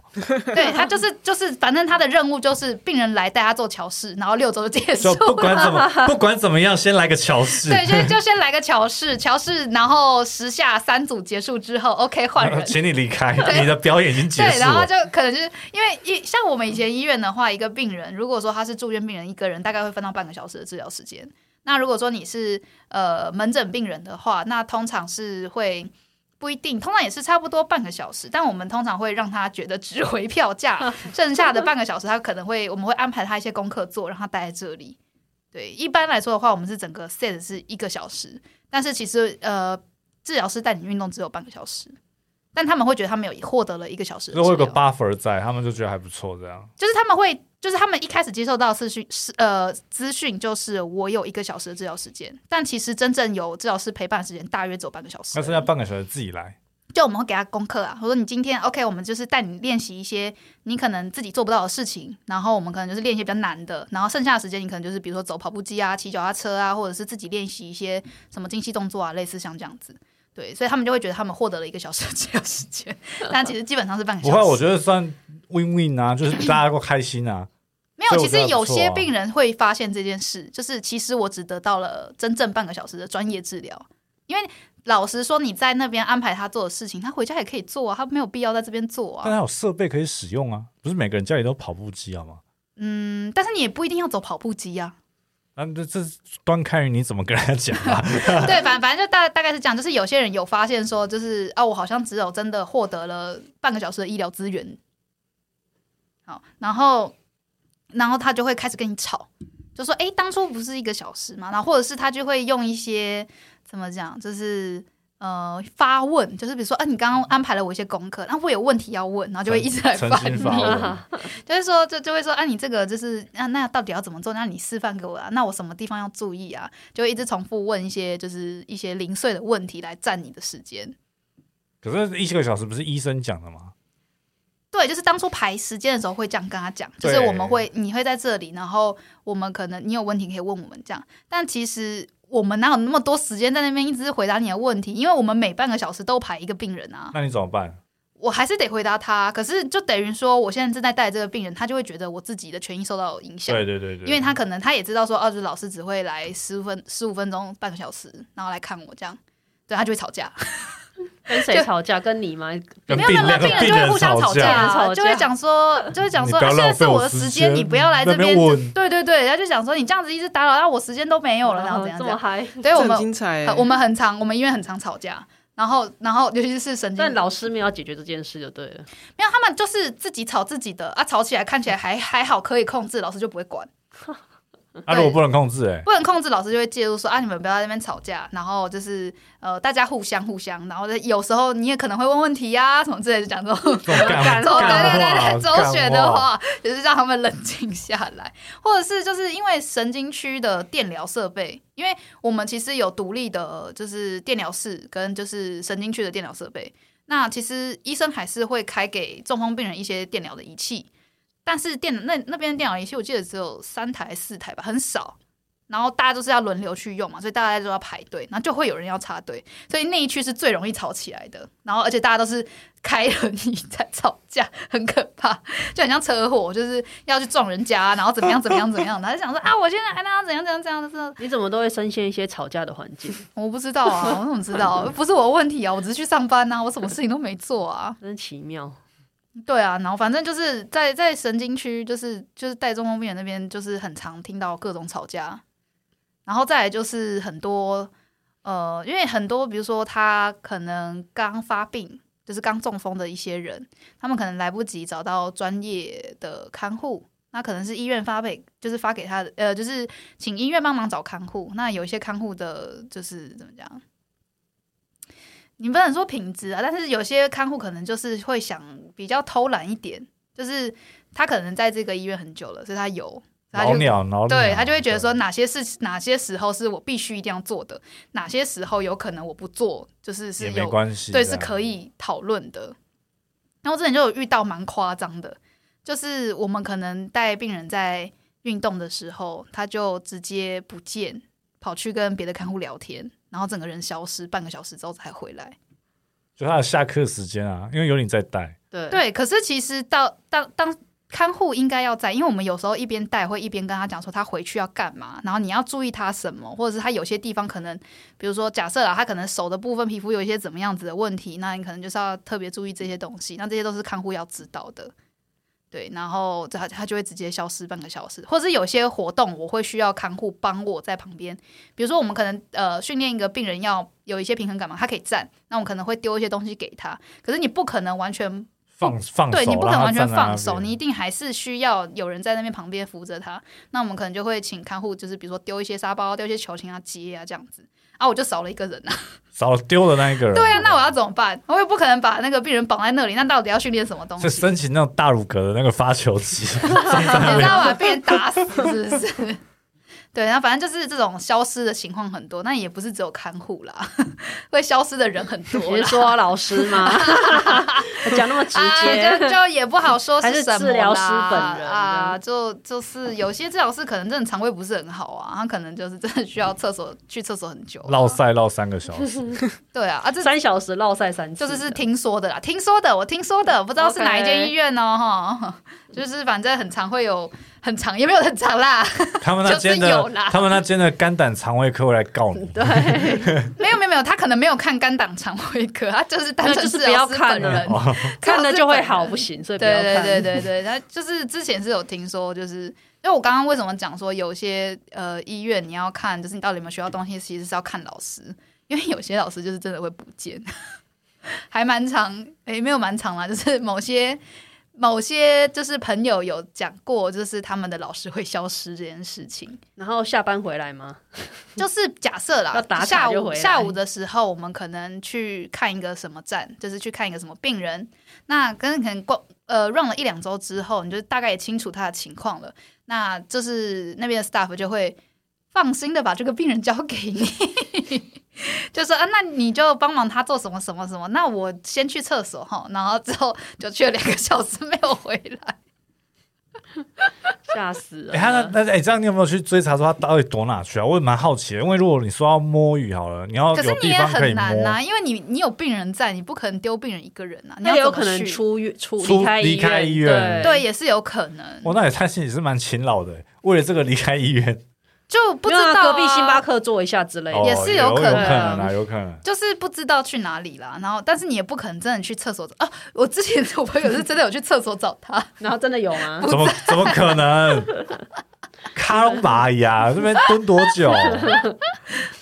B: 对他就是就是，反正他的任务就是病人来带他做桥式，然后六周就结束
E: 就。不管怎 么不管怎么样，先来个乔试。。
B: 对，就就先来个桥式，桥式，然后十下三组结束之后，OK 换人
E: 请你离开，你的表演已经结
B: 对，
E: 束
B: 然后
E: 了
B: 就。可能就是因为一像我们以前医院的话，一个病人如果说他是住院病人，一个人大概会分到半个小时的治疗时间。那如果说你是呃门诊病人的话，那通常是会不一定，通常也是差不多半个小时，但我们通常会让他觉得值回票价，剩下的半个小时他可能会我们会安排他一些功课做，让他待在这里。对，一般来说的话，我们是整个 set 是一个小时，但是其实呃治疗师带你运动只有半个小时。但他们会觉得他们有获得了一个小时的
A: 所以我有
B: 治
A: 个
B: 疗
A: buffer 在，他们就觉得还不错，这样
B: 就是他们会，就是他们一开始接受到资讯是呃资讯，就是我有一个小时的治疗时间，但其实真正有治疗师陪伴的时间大约只有半个小时
A: 那。剩下半个小时自己来。
B: 就我们会给他功课啊，我说你今天 OK，我们就是带你练习一些你可能自己做不到的事情，然后我们可能就是练一些比较难的，然后剩下的时间你可能就是比如说走跑步机啊、骑脚踏车啊，或者是自己练习一些什么精细动作啊，类似像这样子。对，所以他们就会觉得他们获得了一个小时的治疗时间， 但其实基本上是半个小
A: 不会，
B: 时。
A: 啊我觉得算 win win 啊，就是大家都开心啊。
B: 嗯没有，
A: 所以
B: 其
A: 我觉得
B: 实有
A: 不错
B: 些
A: 啊
B: 病人会发现这件事，就是其实我只得到了真正半个小时的专业治疗，因为老实说，你在那边安排他做的事情，他回家也可以做啊，他没有必要在这边做
A: 但
B: 啊。
A: 它有设备可以使用啊，不是每个人家里都有跑步机好吗？
B: 嗯，但是你也不一定要走跑步 机啊。
A: 啊，这这端看于你怎么跟人家讲 啊。
B: 对，反反正就大大概是这样，就是有些人有发现说，就是啊，我好像只有真的获得了半个小时的医疗资源，好，然后然后他就会开始跟你吵，就说，诶，当初不是一个小时嘛，然后或者是他就会用一些怎么讲，就是。呃，发问就是比如说，啊，你刚刚安排了我一些功课，然后我有问题要问，然后就会一直来
A: 曾
B: 烦
A: 经
B: 你啊
A: 发问，
B: 就是说，就就会说，啊，你这个就是，啊，那到底要怎么做？那你示范给我啊，那我什么地方要注意啊？就会一直重复问一些，就是一些零碎的问题来占你的时间。
A: 可是一个小时不是医生讲的吗？
B: 对，就是当初排时间的时候会这样跟他讲，就是
A: 对
B: 我们会，你会在这里，然后我们可能你有问题可以问我们这样，但其实我们哪有那么多时间在那边一直回答你的问题？因为我们每半个小时都排一个病人啊，
A: 那你怎么办？
B: 我还是得回答他。可是就等于说，我现在正在带这个病人，他就会觉得我自己的权益受到影响。
A: 对对对对，
B: 因为他可能他也知道说，哦、就是老师只会来十五分十五分钟半个小时，然后来看我这样，对他就会吵架，
C: 跟谁吵架？跟你吗？
E: 跟
B: 没有没有没有，病人就会互相吵
E: 架，
C: 人吵架
B: 啊就会讲说，就会讲说、
A: 你不
B: 啊
A: 要
B: 现在
A: 浪费
B: 是
A: 我
B: 我的
A: 时
B: 时间，
A: 间
B: 你不要来这
A: 在那
B: 边
A: 边问，
B: 对对对，他就想说你这样子一直打扰到我时间都没有了，然后怎样
C: 哦这
B: 怎
C: 么
B: 样，
C: 嗨？
B: 对我
D: 这很
B: 们啊
D: 精彩欸。
B: 很我们很常我们医院很常吵架。然后，然后，尤其是神经，
C: 但老师没有要解决这件事就对了。
B: 没有他们就是自己吵自己的啊，吵起来看起来还还好，可以控制，老师就不会管。
A: 啊，如果不能控制，哎，
B: 不能控制，老师就会介入说啊，你们不要在那边吵架，然后就是呃，大家互相互相，然后有时候你也可能会问问题呀、啊、什么之类的，讲这种
A: 这种干
B: 周对对对
A: 干话
B: 对周旋的
A: 干话，
B: 话，就是让他们冷静下来，或者是就是因为神经区的电疗设备，因为我们其实有独立的，就是电疗室跟就是神经区的电疗设备。那其实医生还是会开给中风病人一些电疗的仪器，但是电那那边的电脑仪器，我记得只有三台四台吧，很少。然后大家都是要轮流去用嘛，所以大家都要排队，然后就会有人要插队，所以那一区是最容易吵起来的。然后而且大家都是开了你在吵架， 很可怕，就很像车祸，就是要去撞人家，然后怎么样怎么样怎么样，然后就想说啊，我现在那样怎样怎样怎样怎样，
C: 你怎么都会深陷一些吵架的环境？
B: 我不知道啊，我怎么知道？不是我的问题啊，我只是去上班呐、啊，我什么事情都没做啊。
C: 真奇妙。
B: 对啊，然后反正就是在在神经区，就是就是带中风病人那边，就是很常听到各种吵架，然后再来就是很多呃，因为很多比如说他可能刚发病，就是刚中风的一些人，他们可能来不及找到专业的看护，那可能是医院发给就是发给他的呃，就是请医院帮忙找看护。那有一些看护的，就是怎么讲？你不能说品质啊，但是有些看护可能就是会想比较偷懒一点，就是他可能在这个医院很久了，所以他有，所以他
A: 老
B: 就
A: 鸟老鸟，
B: 对他就会觉得说哪些事哪些时候是我必须一定要做的，哪些时候有可能我不做，就是
A: 也
B: 是
A: 没
B: 有
A: 关系，
B: 对
A: 这
B: 是
A: 样
B: 可以讨论的。然后之前就有遇到蛮夸张的，就是我们可能带病人在运动的时候，他就直接不见，跑去跟别的看护聊天，然后整个人消失，半个小时之后才回来。
A: 就他的下课时间啊，因为有你在带，
C: 对
B: 对，可是其实到当当看护应该要在，因为我们有时候一边带会一边跟他讲说他回去要干嘛，然后你要注意他什么，或者是他有些地方可能，比如说假设啦，他可能手的部分皮肤有一些怎么样子的问题，那你可能就是要特别注意这些东西，那这些都是看护要知道的。对，然后他他就会直接消失半个小时，或者是有些活动我会需要看护帮我在旁边，比如说我们可能呃训练一个病人要有一些平衡感嘛，他可以站，那我们可能会丢一些东西给他，可是你不可能完全
A: 放放手，
B: 对你不可
A: 让
B: 能
A: 他
B: 完全
A: 站在那
B: 放手，
A: 边
B: 你一定还是需要有人在那边旁边扶着他。那我们可能就会请看护，就是比如说丢一些沙包、丢一些球，请他接啊这样子。啊，我就少了一个人啊！
A: 少丢了那一个人。
B: 对啊，那我要怎么办？我也不可能把那个病人绑在那里，那到底要训练什么东西
A: 就？申请那种大乳格的那个发球 机，
B: 你知道 把病人打死是不是？对，然后反正就是这种消失的情况很多，那也不是只有看护啦， 会消失的人很多
C: 你
B: 啦
C: 是。说啊老师 吗？ 讲那么直
B: 啊、就
C: 接，
B: 就也不好说
C: 还是
B: 什么
C: 治疗师
B: 啦
C: 本人
B: 啊，就就是有些治疗师可能真的肠胃不是很好啊，他可能就是真的需要厕所去厕所很久、
A: 绕赛绕三个小时，
B: 对啊，啊这
C: 三小时绕赛三次，
B: 就是是听说的啦，听说的，我听说的，不知道是哪一间
C: OK
B: 医院哦，哈，就是反正很常会有，很长也没有很长啦，
A: 他们那间
B: 就是有
A: 的
B: 啦，
A: 他们那间的肝胆肠胃科会来告你，
B: 没有没有没有，他可能没有看肝胆肠胃科，他就是单
C: 那
B: 纯
C: 就是
B: 治疗
C: 不
B: 师
C: 要看
B: 本
C: 了
B: 人，
C: 看了就会
B: 治疗师本
C: 好，
B: 人
C: 不行，所以不要
B: 对
C: 看。
B: 对对对对，他就是之前是有听说，就是因为我刚刚为什么讲说有些呃医院你要看，就是你到底有没有学到东西，其实是要看老师，因为有些老师就是真的会不见， 还蛮长诶、没有蛮长啦，就是某些某些就是朋友有讲过，就是他们的老师会消失这件事情。
C: 然后下班回来吗？
B: 就是假设啦
C: 要打，卡
B: 下
C: 就
B: 午
C: 回来
B: 下午的时候，我们可能去看一个什么站，就是去看一个什么病人。那跟可能逛呃 run 了一两周之后，你就大概也清楚他的情况了。那就是那边的 staff 就会放心的把这个病人交 给你， 就说啊，那你就帮忙他做什么什么什么。那我先去厕所哈，然后之后就去了两个小时没有回来。
C: 吓死
A: 哎、他那
C: 了！
A: 那哎、这样你有没有去追查说他到底躲哪去啊？我也蛮好奇的，因为如果你说要摸鱼好了，你要
B: 可是
A: 哦有
B: 你
A: 地
B: 也
A: 方可以
B: 很
A: 摸，
B: 难呐、啊因为你你有病人在，你不可能丢病人一个人啊，你
C: 那
B: 要
C: 也有
B: 怎么
C: 可能
B: 去
C: 出院出
A: 出
C: 离开
A: 离开医院
B: 对，也是有可能，
A: 哇，那也他心里是蛮勤劳的，为了这个离开医院，
B: 就不知
C: 没有
B: 道、
C: 啊隔壁星巴，克坐一下之类的。
A: 哦
B: 也是
A: 有
B: 有可能
A: 有可能啊，有可能。
B: 就是不知道去哪里啦。然后，但是你也不可能真的去厕所找啊。我之前我朋友是真的有去厕所找他，
C: 然后真的有吗？
A: 怎么怎么可能？卡隆拔呀，这边蹲多 久？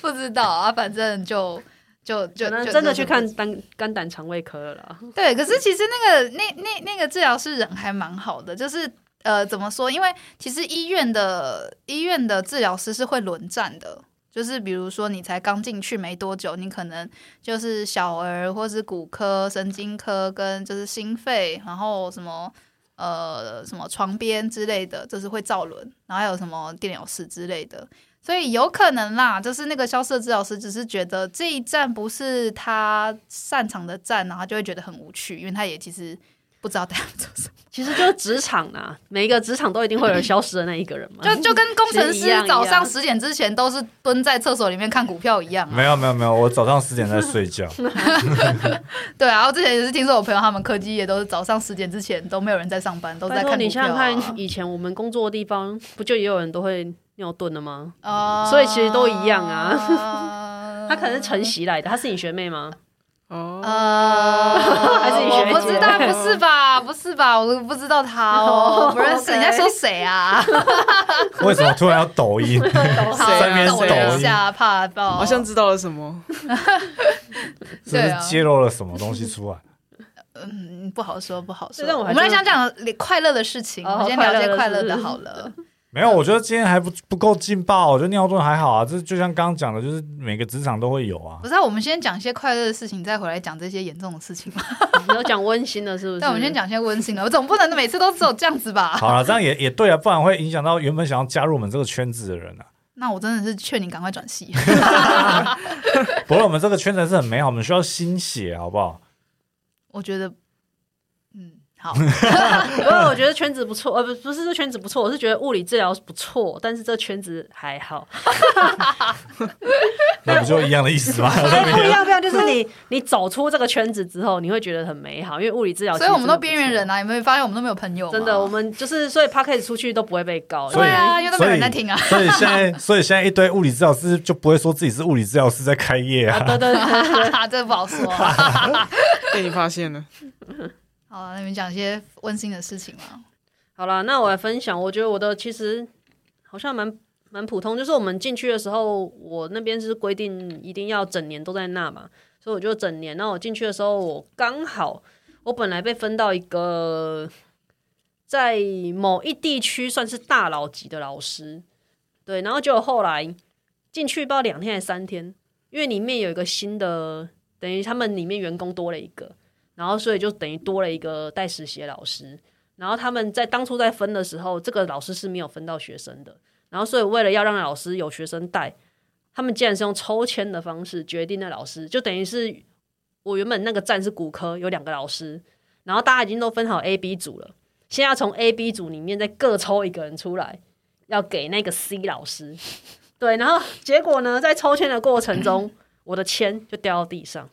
B: 不知道啊，反正就。就就
C: 可能
B: 就
C: 真的去看
B: 就
C: 肝肝胆肠胃科了啦。
B: 对，可是其实那个那那那个治疗师人还蛮好的，就是呃怎么说？因为其实医院的医院的治疗师是会轮战的，就是比如说你才刚进去没多久，你可能就是小儿或是骨科、神经科跟就是心肺，然后什么呃什么床边之类的，就是会造轮，然后还有什么电疗室之类的。所以有可能啦，就是那个消失的治疗师只是觉得这一站不是他擅长的站，然后他就会觉得很无趣，因为他也其实不知道他要做什么。
C: 其实就是职场 啊，每一个职场都一定会有消失的那一个人嘛。
B: 就就跟工程
C: 嗯其实一样
B: 师早
C: 一样
B: 上十点之前都是蹲在厕所里面看股票一样啊。
A: 没有没有没有，我早上十点在睡觉，
B: 对啊，我之前也是听说我朋友他们科技业都是早上十点之前都没有人在上班，都
C: 拜
B: 在
C: 托
B: 看
C: 你
B: 股
C: 想
B: 票、
C: 想
B: 啊。
C: 看，以前我们工作的地方，不就也有人都会尿遁的吗？
B: 呃
C: 所以其实都一 样
B: 啊
C: 她可能是晨曦来的，她是你学 妹吗？
D: 哦，
B: 呃，
C: 还是你
B: 我
C: 学
B: 不
C: 姐
B: 知道，不是吧？不是吧？我不知道他哦， 我不认识。
C: OK
B: 你在说谁啊？
A: 为什么突然要抖 音？
B: 哦好
D: 谁啊
A: 三边
B: 抖
A: 抖
B: 一
A: 音，
B: 下，怕爆。
D: 好像知道了什 么，
A: 是不
B: 对
A: 是
B: 啊
A: 揭露了什么东西出来？
B: 嗯，不好说，不好说。
C: 但我还
B: 我们来
C: 是
B: 讲讲快乐的事情，
C: 哦
B: 我们先聊一些快
C: 快
B: 乐
C: 乐
B: 的
C: 的事
B: 好了。
A: 没
C: 嗯
A: 有，我觉得今天还不不够劲爆，我觉得尿遁还好啊，这就像刚刚讲的，就是每个职场都会有啊
B: 不。是、啊，我们先讲一些快乐的事情，再回来讲这些严重的事情嘛。
C: 你要讲温馨的，是不是？
B: 但我们先。讲一些温馨的，我总不能每次都只有这样子吧？
A: 好了，这样也也对啊，不然会影响到原本想要加入我们这个圈子的人 啊。
B: 那我真的是劝你赶快转系。
A: 不过我们这个圈子还是很美好，我们需要新血，好不好？
B: 我觉得嗯，好，
C: 不过我觉得圈子不错，呃，不不是这圈子不错，我是觉得物理治疗不错，但是这圈子还好。
E: 那不就一样的意思 吗？
C: 哎不一样，不一样，就是你你走出这个圈子之后，你会觉得很美 好，因为物理治疗，
B: 所以我们都边缘人。啊，有没有发现我们都没有朋友？
C: 真的，我。们就是所以 p a c a s 出去都不会被告，
A: 所
B: 对
A: 以
B: 啊，因为都没有人在听啊。
A: 所以现在，所以现在一堆物理治疗师就不会说自己是物理治疗师在开业 啊。
C: 对对对，
B: 这不好说。
D: 被你发现了。
B: 好了，那你们讲一些温馨的事情嘛。
C: 好啦，那我来分享，我觉得我的其实好像蛮蛮普通，就是我们进去的时候，我那边是规定一定要整年都在那嘛，所以我就整年。那我进去的时候，我刚好我本来被分到一个在某一地区算是大佬级的老师，对，然后结果后来进去不知道两天还是三天，因为里面有一个新的，等于他们里面员工多了一个，然后所以就等于多了一个带实习的老师。然后他们在当初在分的时候，这个老师是没有分到学生的。然后所以为了要让老师有学生带，他们竟然是用抽签的方式决定的老师，就等于是我原本那个站是骨科有两个老师，然后大家已经都分好 A、B 组了，现在要从 A、B 组里面再各抽一个人出来，要给那个 C 老师。对，然后结果呢，在抽签的过程中，我的签就掉到地上，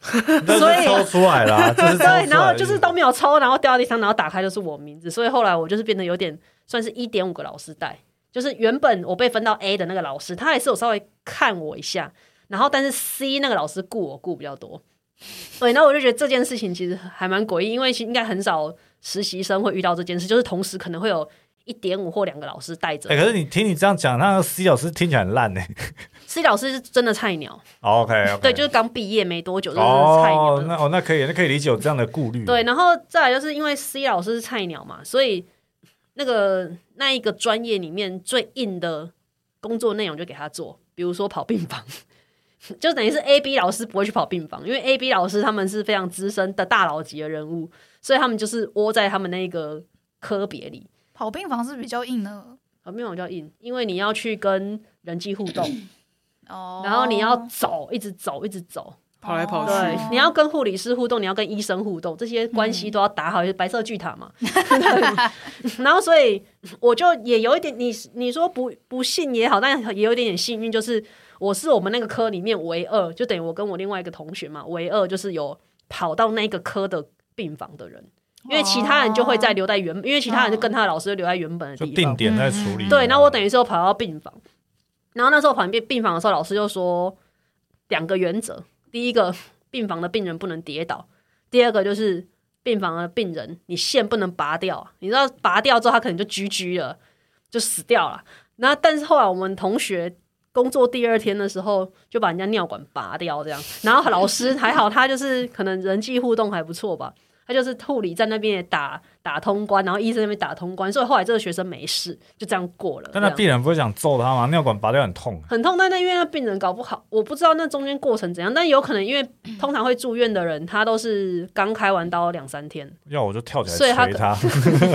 A: 这
C: 所
A: 是
C: 以
A: 抽出来 啦，这是抽出来
C: 对，
A: 的
C: 然后就是都没有抽，然后掉到地上，然后打开就是我名字，所以后来我就是变得有点算是一点五个老师带，就是原本我被分到 A 的那个老师，他还是有稍微看我一下，然后但是 C 那个老师顾我顾比较多，对，那我就觉得这件事情其实还蛮诡异，因为其实应该很少实习生会遇到这件事，就是同时可能会有一点五或两个老师带着、
A: 哎、可是你听你这样讲，那个 C 老师听起来很烂呢、
C: c 老师是真的菜鸟，
A: OK，, o k
C: 对，就是刚毕业没多久，就是菜鸟
A: 哦
C: 的，
A: 那哦，那可以，那可以理解有这样的顾虑。
C: 对，，然后再来就是因为 C 老师是菜鸟嘛，所以那个那一个专业里面最硬的工作内容就给他做，比如说跑病房， 就等于是 A、B 老师不会去跑病房，因为 A、B 老师他们是非常资深的大佬级的人物，所以他们就是窝在他们那个科别里。
B: 跑病房是比较硬的
C: 跑病房叫硬，因为你要去跟人际互动，
B: 哦，
C: 然后你要走，一直走，一直走，
D: 跑来跑去
C: 对，你要跟护理师互动，你要跟医生互动，这些关系都要打好，就是白色巨塔嘛。然后，所以我就也有一点，你你说不不幸也好，但也有一点点幸运，就是我是我们那个科里面唯二，就等于我跟我另外一个同学嘛，唯二就是有跑到那个科的病房的人，因为其他人就会在留在原，因为其他人就跟他的老师留在原本的
A: 就
C: 地
A: 定
C: 方。
A: 点在处理。
C: 对，然后我等于是我跑到病房，然后那时候跑病病房的时候，老师就说两个原则：第一个，病房的病人不能跌倒；第二个就是病房的病人，你线不能拔掉。啊你知道拔掉之后，他可能就居居了，就死掉了。然后，但是后来我们同学工作第二天的时候，就把人家尿管拔掉，这样。然后老师还好，他就是可能人际互动还不错吧，他就是护理在那边也打打通关，然后医生那边打通关，所以后来这个学生没事，就这样过了。
A: 但那
C: 这样
A: 病人不会想揍他吗？尿管拔掉很痛。
C: 很痛，但那因为那病人搞不好，我不知道那中间过程怎样，但有可能因为通常会住院的人，他都是刚开完刀两三天，
A: 要我就跳起
C: 所以
A: 来
C: 他
A: 捶他，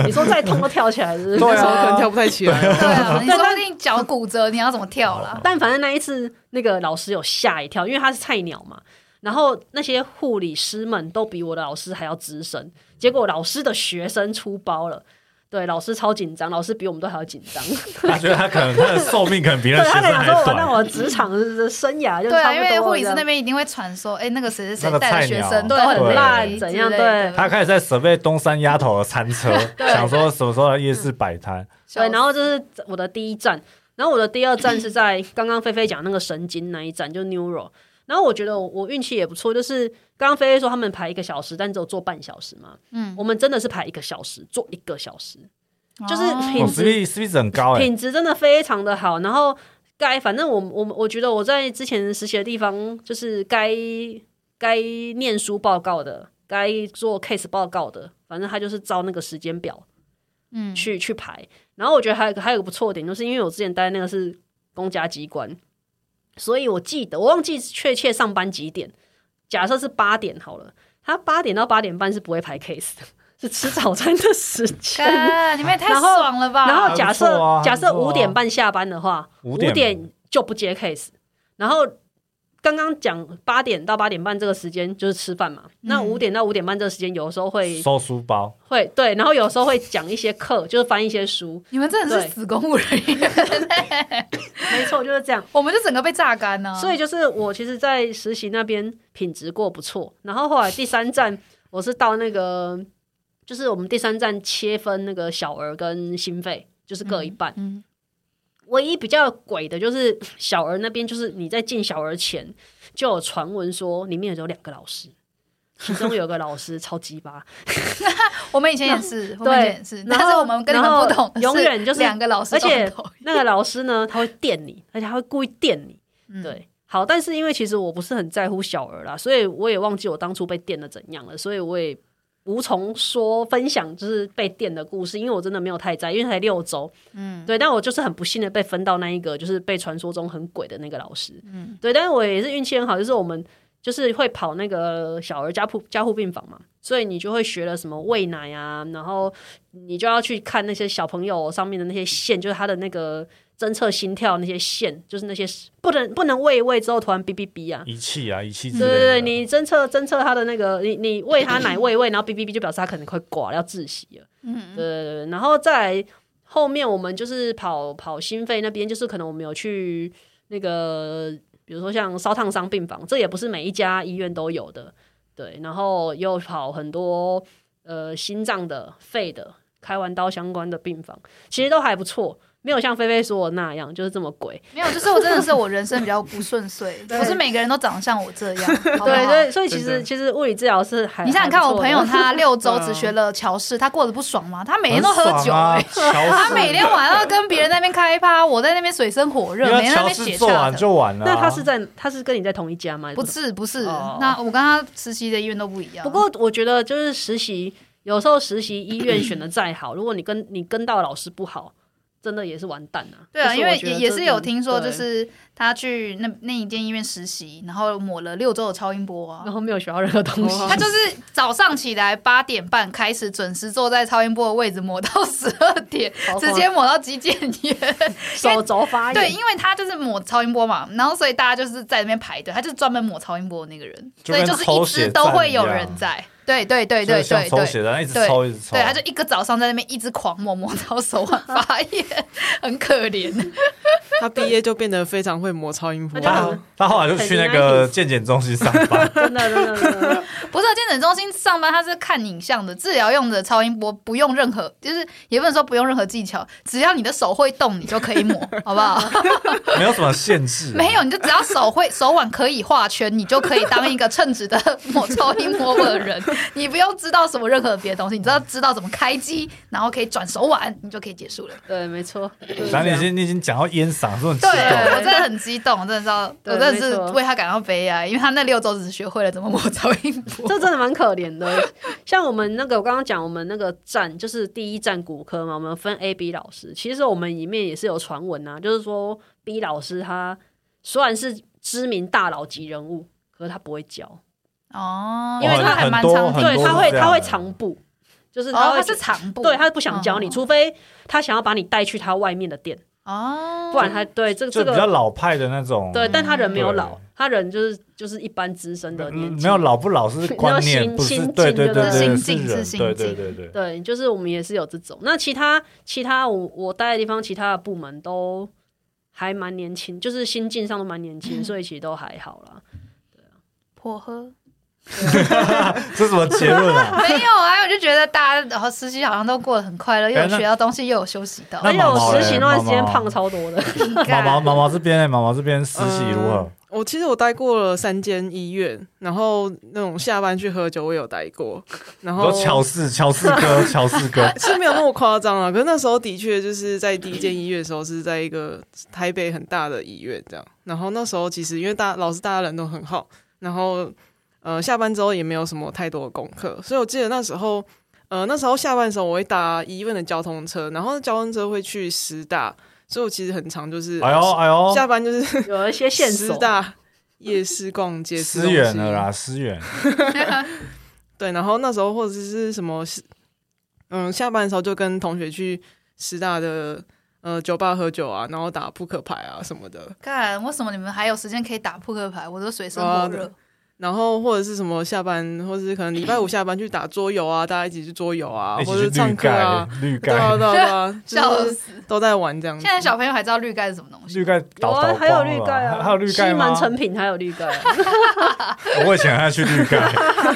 C: 你说再痛都跳起来是不是？
A: 对啊
D: 那时候可能跳不太 起来。
B: 对啊，你说不定脚骨折，你要怎么跳啦？
C: 但反正那一次，那个老师有吓一跳，因为他是菜鸟嘛。然后那些护理师们都比我的老师还要资深，结果老师的学生出包了。对，老师超紧张，老师比我们都还要紧张。
A: 他觉得他可能他的寿命可能比
C: 对
A: 那学
C: 他
A: 生
C: 想
A: 还
C: 说，我
A: 短
C: 那。我职场的生涯就
B: 对啊，
C: 差
B: 因
C: 不多
B: 为护理
C: 这
B: 师
C: 样
B: 那边一定会传说，哎，那个谁谁
A: 那个
B: 谁带的
A: 菜
B: 学
A: 鸟
B: 生
A: 对
B: 都
A: 很烂
B: 累
C: 怎样
B: 之类的
C: 对
A: 他开始在准备东山丫头的餐车，想说什么时候来夜市摆摊。
B: 笑
C: 对，
B: 死
C: 然后这是我的第一站，然后我的第二站是在刚刚菲菲讲那个神经那一站，就是 neuro。然后我觉得我我运气也不错，就是刚刚菲菲说他们排一个小时，但只有做半小时嘛。
B: 嗯，
C: 我们真的是排一个小时，做一个小时，就是
B: 哦
A: 哦
C: 品质、
A: ，CP CP 值很高哎、
C: 品质真的非常的好。然后该反正我我我觉得我在之前实习的地方，就是该该念书报告的，该做 case 报告的，反正他就是照那个时间表
B: 嗯
C: 去去排。然后我觉得还有一个还有一个不错的点，就是因为我之前待那个是公家机关，所以我记得我忘记确切上班几点，假设是八点好了，他八点到八点半是不会排 case 的，是吃早餐的时 间。
B: 干你们也太
C: 然后
B: 爽了吧？
C: 然后假设、
A: 还不错啊
C: 假设
A: 还不错啊
C: 五点半下班的话，
A: 5
C: 五
A: 点
C: 点就不接 case，然后刚刚讲八点到八点半这个时间就是吃饭嘛，那五点到五点半这个时间有的时候会
A: 收书包，
C: 会对，然后有时候会讲一些课，就是翻一些书，
B: 你们真的是
C: 对
B: 死公务人员，
C: 没错，就是这样。
B: 我们就整个被榨干啊呢、
C: 所以就是我其实，在实习那边品质过不错，然后后来第三站我是到那个，就是我们第三站切分那个小儿跟心肺，就是各一半。
B: 嗯
C: 唯一比较鬼的就是小儿那边，就是你在进小儿前就有传闻说里面有两个老师，其中有个老师超鸡巴，
B: 我们以前也是，我们以前也是，
C: 然
B: 但
C: 后
B: 是我们跟你们不同的是，
C: 然后永远就是
B: 两个老师
C: 而
B: 都很
C: 且
B: 讨厌，
C: 那个老师呢，他会电你，而且他会故意电你。
B: 嗯，
C: 对，好，但是因为其实我不是很在乎小儿啦，所以我也忘记我当初被电的怎样了，所以我也无从说分享就是被电的故事，因为我真的没有太在意，因为才六周，
B: 嗯，
C: 对，但我就是很不幸的被分到那一个就是被传说中很鬼的那个老师，
B: 嗯，
C: 对，但是我也是运气很好，就是我们就是会跑那个小儿加护加护病房嘛，所以你就会学了什么喂奶啊，然后你就要去看那些小朋友上面的那些线，就是他的那个侦测心跳那些线，就是那些不能不能喂一喂之后突然哔哔哔啊。
A: 仪器啊，仪器之类
C: 对
A: 的。
C: 对对，你侦测侦测他的那个，你你喂他奶喂一喂，然后哔哔哔就表示他可能快挂了，要窒息了。
B: 嗯，
C: 对对对，然后再来后面我们就是跑跑心肺那边，就是可能我们有去那个，比如说像烧烫伤病房，这也不是每一家医院都有的，对，然后又跑很多呃心脏的、肺的、开完刀相关的病房，其实都还不错。没有像菲菲说的那样，就是这么鬼。
B: 没有，就是我真的是我人生比较不顺 遂，
C: 对
B: 不是每个人都长得像我这样， 对
C: 对对，所以其
D: 真
C: 实
D: 的
C: 其实物理治疗是还
B: 你想想看，
C: 还
B: 我
C: 不错
B: 朋
C: 的
B: 友他六周只
D: 对啊
B: 学了乔氏，他过得不爽吗？他每天
E: 很
B: 都喝酒、
E: 爽啊
B: 欸，
E: 乔
B: 他
E: 氏
B: 每天晚上跟别人在那边开趴，我在那边水深火热，每
A: 因为
B: 天在那
A: 乔
B: 边
A: 治
B: 写
A: 做
B: 下
A: 完
B: 的。
A: 就完了啊、
C: 那他是在他是跟你在同一家吗？
B: 不是不是，
C: 哦
B: 那我跟他实习的医院都不一样。
C: 不过我觉得就是实习，有时候实习医院选的 再好，如果你跟你跟到的老师不好，真的也是完蛋啊。
B: 对啊，
C: 就是
B: 因
C: 我
B: 为
C: 觉得
B: 也也
C: 这
B: 是
C: 种
B: 有听说，就
C: 对
B: 是他去那那一间医院实习，然后抹了六周的超音波啊
C: 然。后没有学到任何东 西，
B: 他就是早上起来八点半开始准时坐在超音波的位置，抹到十二点，
C: 好
B: 直接抹到肌腱炎。
C: 手肘发炎。
B: 对，因为他就是抹超音波嘛，然后所以大家就是在那边排队，他就是专门抹超音波的那个人，
A: 就
B: 所以
A: 跟
B: 就是一
A: 抽血
B: 直都
A: 站
B: 会
A: 一
B: 有
A: 样
B: 人在。对对对
A: 就
B: 对
A: 是像
B: 对
A: 抽
B: 对
A: 血。的，一直抽一直抽。啊
B: 对，他就一个早上在那边一直狂抹，抹到手腕发炎，很可怜。
D: 他毕业就变得非常会磨超音波
C: 那，就好
B: 啊
A: 他他后来就去那个健检中心上班，
C: 真的真的真的，
B: 不是啊健诊中心上班，他是看影像的，治疗用的超音波不用任何，就是也不能说不用任何技巧，只要你的手会动，你就可以抹，好不好？
A: 没有什么限制、
B: 没有，你就只要手会手腕可以画圈，你就可以当一个称职的 抹超音波的 人。你不用知道什么任何别的东西，你只要知道怎么开机，然后可以转手腕，你就可以结束了。
C: 对，没错。就是
A: 然后你已
C: 这样
A: 经你已经讲到烟嗓，这种激
B: 对，
A: 动。
B: 我真的很激动，我真的知道，我
C: 对
B: 真的是
C: 没错
B: 为他感到悲哀，因为他那六周只学会了怎么抹超音波。
C: 这真的蛮可怜的。像我们那个，我刚刚讲我们那个站，就是第一站骨科嘛，我们分 A、B 老师。其实我们里面也是有传闻啊，就是说 B 老师他虽然是知名大佬级人物，可是他不会教，
B: 哦，
A: 因为
B: 他还
A: 很
B: 蛮
A: 多
B: 常
A: 很
B: 见的
C: 对，
A: 多
C: 他
A: 是
C: 会
A: 这样
C: 他会
A: 的
C: 藏步，就是他
B: 哦，
C: 会
B: 他是长步，
C: 对他不想教你，
B: 哦
C: 除非他想要把你带去他外面的店，
B: 哦，
C: 不然他对这个
A: 就
C: 这
A: 比较
C: 个
A: 老派的那种，
B: 嗯
C: 对，但他人没有
A: 对
C: 老，他人就是就是一般资深的年
A: 嗯
C: 纪，
A: 没有老不老是观
C: 你
A: 念，
C: 要
A: 不
C: 心
A: 是
C: 心
A: 对
C: 境
A: 对
C: 对
A: 对
C: 不
B: 对
A: 对，
B: 心
A: 人
B: 境是，
A: 对
B: 心
A: 对
B: 境
A: 对对。
C: 对，就是我们也是有这种。那其他其他我我待的地方，其他的部门都还蛮年轻，就是心境上都蛮年
A: 嗯
C: 轻，所以其实都还好啦。
B: 破喝
A: 这什么结论啊？
B: 没有啊，我就觉得大家然后实习好像都过得很快乐，又有
A: 哎那
B: 学到东西，又有休息到
A: 那。
C: 而且我
A: 毛毛
C: 实
A: 嘞
C: 习那段时间
A: 毛毛
C: 胖超多的，
B: 你
A: 毛
B: 看
A: 毛毛毛这边，毛毛这边实习如何
D: 嗯？我其实我待过了三间医院，然后那种下班去喝酒我有待过，然
A: 说
D: 后，
A: 乔四乔四哥，乔四哥
D: 是没有那么夸张啊，可是那时候的确就是在第一间医院的时候是在一个台北很大的医院这样，然后那时候其实因为大老师大家人都很好，然后呃下班之后也没有什么太多的功课，所以我记得那时候呃那时候下班的时候我会搭医院的交通车，然后交通车会去师大，所以我其实很常就是
A: 哎呦哎呦，
D: 下班就是
C: 有一些线
D: 师
C: 索。
D: 大夜市逛街，吃
A: 失远
D: 东
A: 了
D: 西
A: 啦，失远。
D: 对，然后那时候或者是什么，嗯，下班的时候就跟同学去师大的呃酒吧喝酒啊，然后打扑克牌啊什么的，
B: 干，为什么你们还有时间可以打扑克牌？我都水深火
D: 啊
B: 热。
D: 然后或者是什么下班，或者是可能礼拜五下班去打桌游啊，大家一起去桌游啊，
A: 一
D: 或
A: 起
D: 者
A: 去
D: 是唱
A: 绿
D: 歌
A: 盖
D: 啊，，
A: 绿
D: 对啊
A: 盖，
D: 对啊对啊，
B: 笑
D: 就是
B: 死！
D: 都在玩这样子
B: 现。在小朋友还知道绿盖是什么东 西？
A: 绿盖倒
C: 有啊
A: 倒
C: 还有
A: 光
C: 绿
A: 了
C: 盖
A: 吧
C: 啊，
A: 还有绿盖
C: 西
A: 吗
C: 门？成品还有绿盖、啊，
A: 我以前还去绿盖，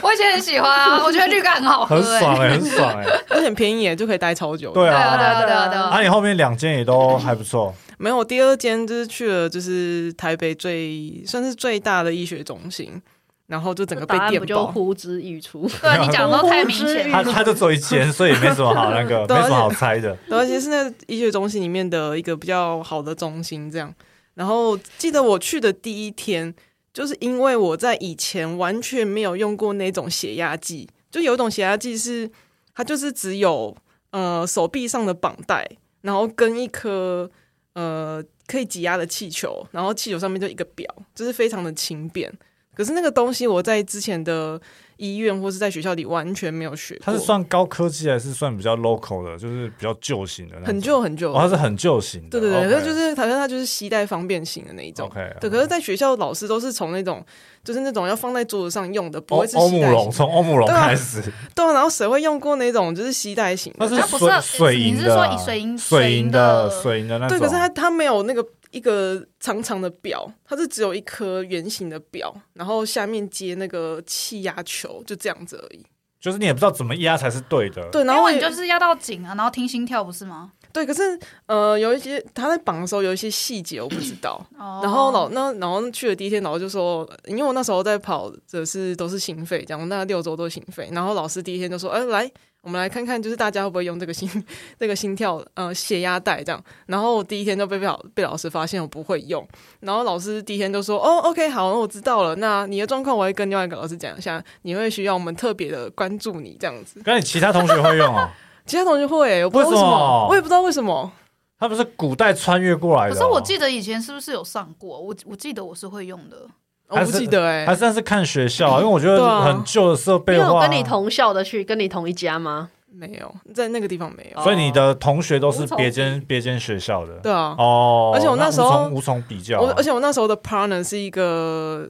B: 我以前很喜欢啊，我觉得绿盖很好喝
A: 很
B: 哎、
A: 爽哎，很爽哎，
D: 而且便宜耶，就可以待超久。
A: 对
B: 对啊，对
A: 啊。
B: 啊，对啊，对
A: 啊，
B: 啊。
A: 你后面两间也都还不错，
D: 没有，我第二间就是去了，就是台北最算是最大的医学中心，然后就整个被
C: 答案
D: 电
C: 不就
D: 爆。
C: 呼之欲出？
B: 对啊，你讲的都太明显
A: 他
B: 了。
A: 他就只有一间，所以没什么好那个， 没
D: 对而且
A: 什么好猜的。
D: 对，而且是那个医学中心里面的一个比较好的中心这样。然后记得我去的第一天，就是因为我在以前完全没有用过那种血压计，就有一种血压计是它就是只有呃手臂上的绑带，然后跟一颗呃可以挤压的气球，然后气球上面就一个表，就是非常的轻便。可是那个东西我在之前的医院或是在学校里完全没有学过，
A: 它是算高科技还是算比较 local 的，就是比较旧型的那种？
D: 很旧很旧，
A: 哦，它是很旧型的。
D: 对对对，那
A: OK
D: 就是反正它就是携带方便型的那一种。
A: OK。
D: 对，可是，在学校老师都是从那种，就是那种要放在桌子上用的，不
A: 欧
D: 会是
A: 哦欧
D: 携
A: 姆
D: 带
A: 龙
D: 型。
A: 从欧姆龙
D: 对啊
A: 开 始，
D: 对啊，然后谁会用过那种就是携带型
A: 那
D: 的？
A: 是
B: 它不是
A: 水水银的啊，
B: 你是说以水银
A: 水银的水银的那种。
D: 对，可是它它没有那个一个长长的表，它是只有一颗圆形的表，然后下面接那个气压球，就这样子而已。
A: 就是你也不知道怎么压才是对的。
D: 对，然
B: 然
D: 后
B: 后
D: 我
B: 你
D: 也
B: 就是要到紧啊，然后听心跳不是吗？
D: 对，可是呃，有一些他在绑的时候有一些细节我不知道，
B: 哦，
D: 然后老那然后去了第一天，老师就说，因为我那时候在跑的是都是心肺，这样我那六周都是心肺。然后老师第一天就说，哎、来，我们来看看，就是大家会不会用这个心 这个心跳呃血压带这样。然后我第一天就被被老被老师发现我不会用，然后老师第一天就说，哦，OK，好，我知道了。那你的状况我会跟另外一个老师讲一下，你会需要我们特别的关注你这样子。
A: 那你其他同学会用 啊？
D: 其他同学会、我不知道
A: 为
D: 为
A: 什
D: 什
A: 么
D: 么，我也不知道为什么。
A: 他们是古代穿越过来的
B: 可
A: 哦。
B: 是我记得以前是不是有上过？我我记得我是会用的。
D: 我
A: 还
D: 不
A: 是
D: 记得哎、
A: 还算是看学校啊，因为我觉
D: 对
A: 得
D: 啊
A: 很旧的设备
C: 你
A: 的
C: 有
A: 话
C: 跟，你同校的去跟你同一家吗？
D: 没有在那个地方没有。
A: 所以你的同学都是
C: 无从
A: 别间别间学校的。
D: 对啊，
A: 哦，
D: 而且我那时
A: 无
D: 候
A: 从无从比较啊，
D: 我而且我那时候的 partner 是一个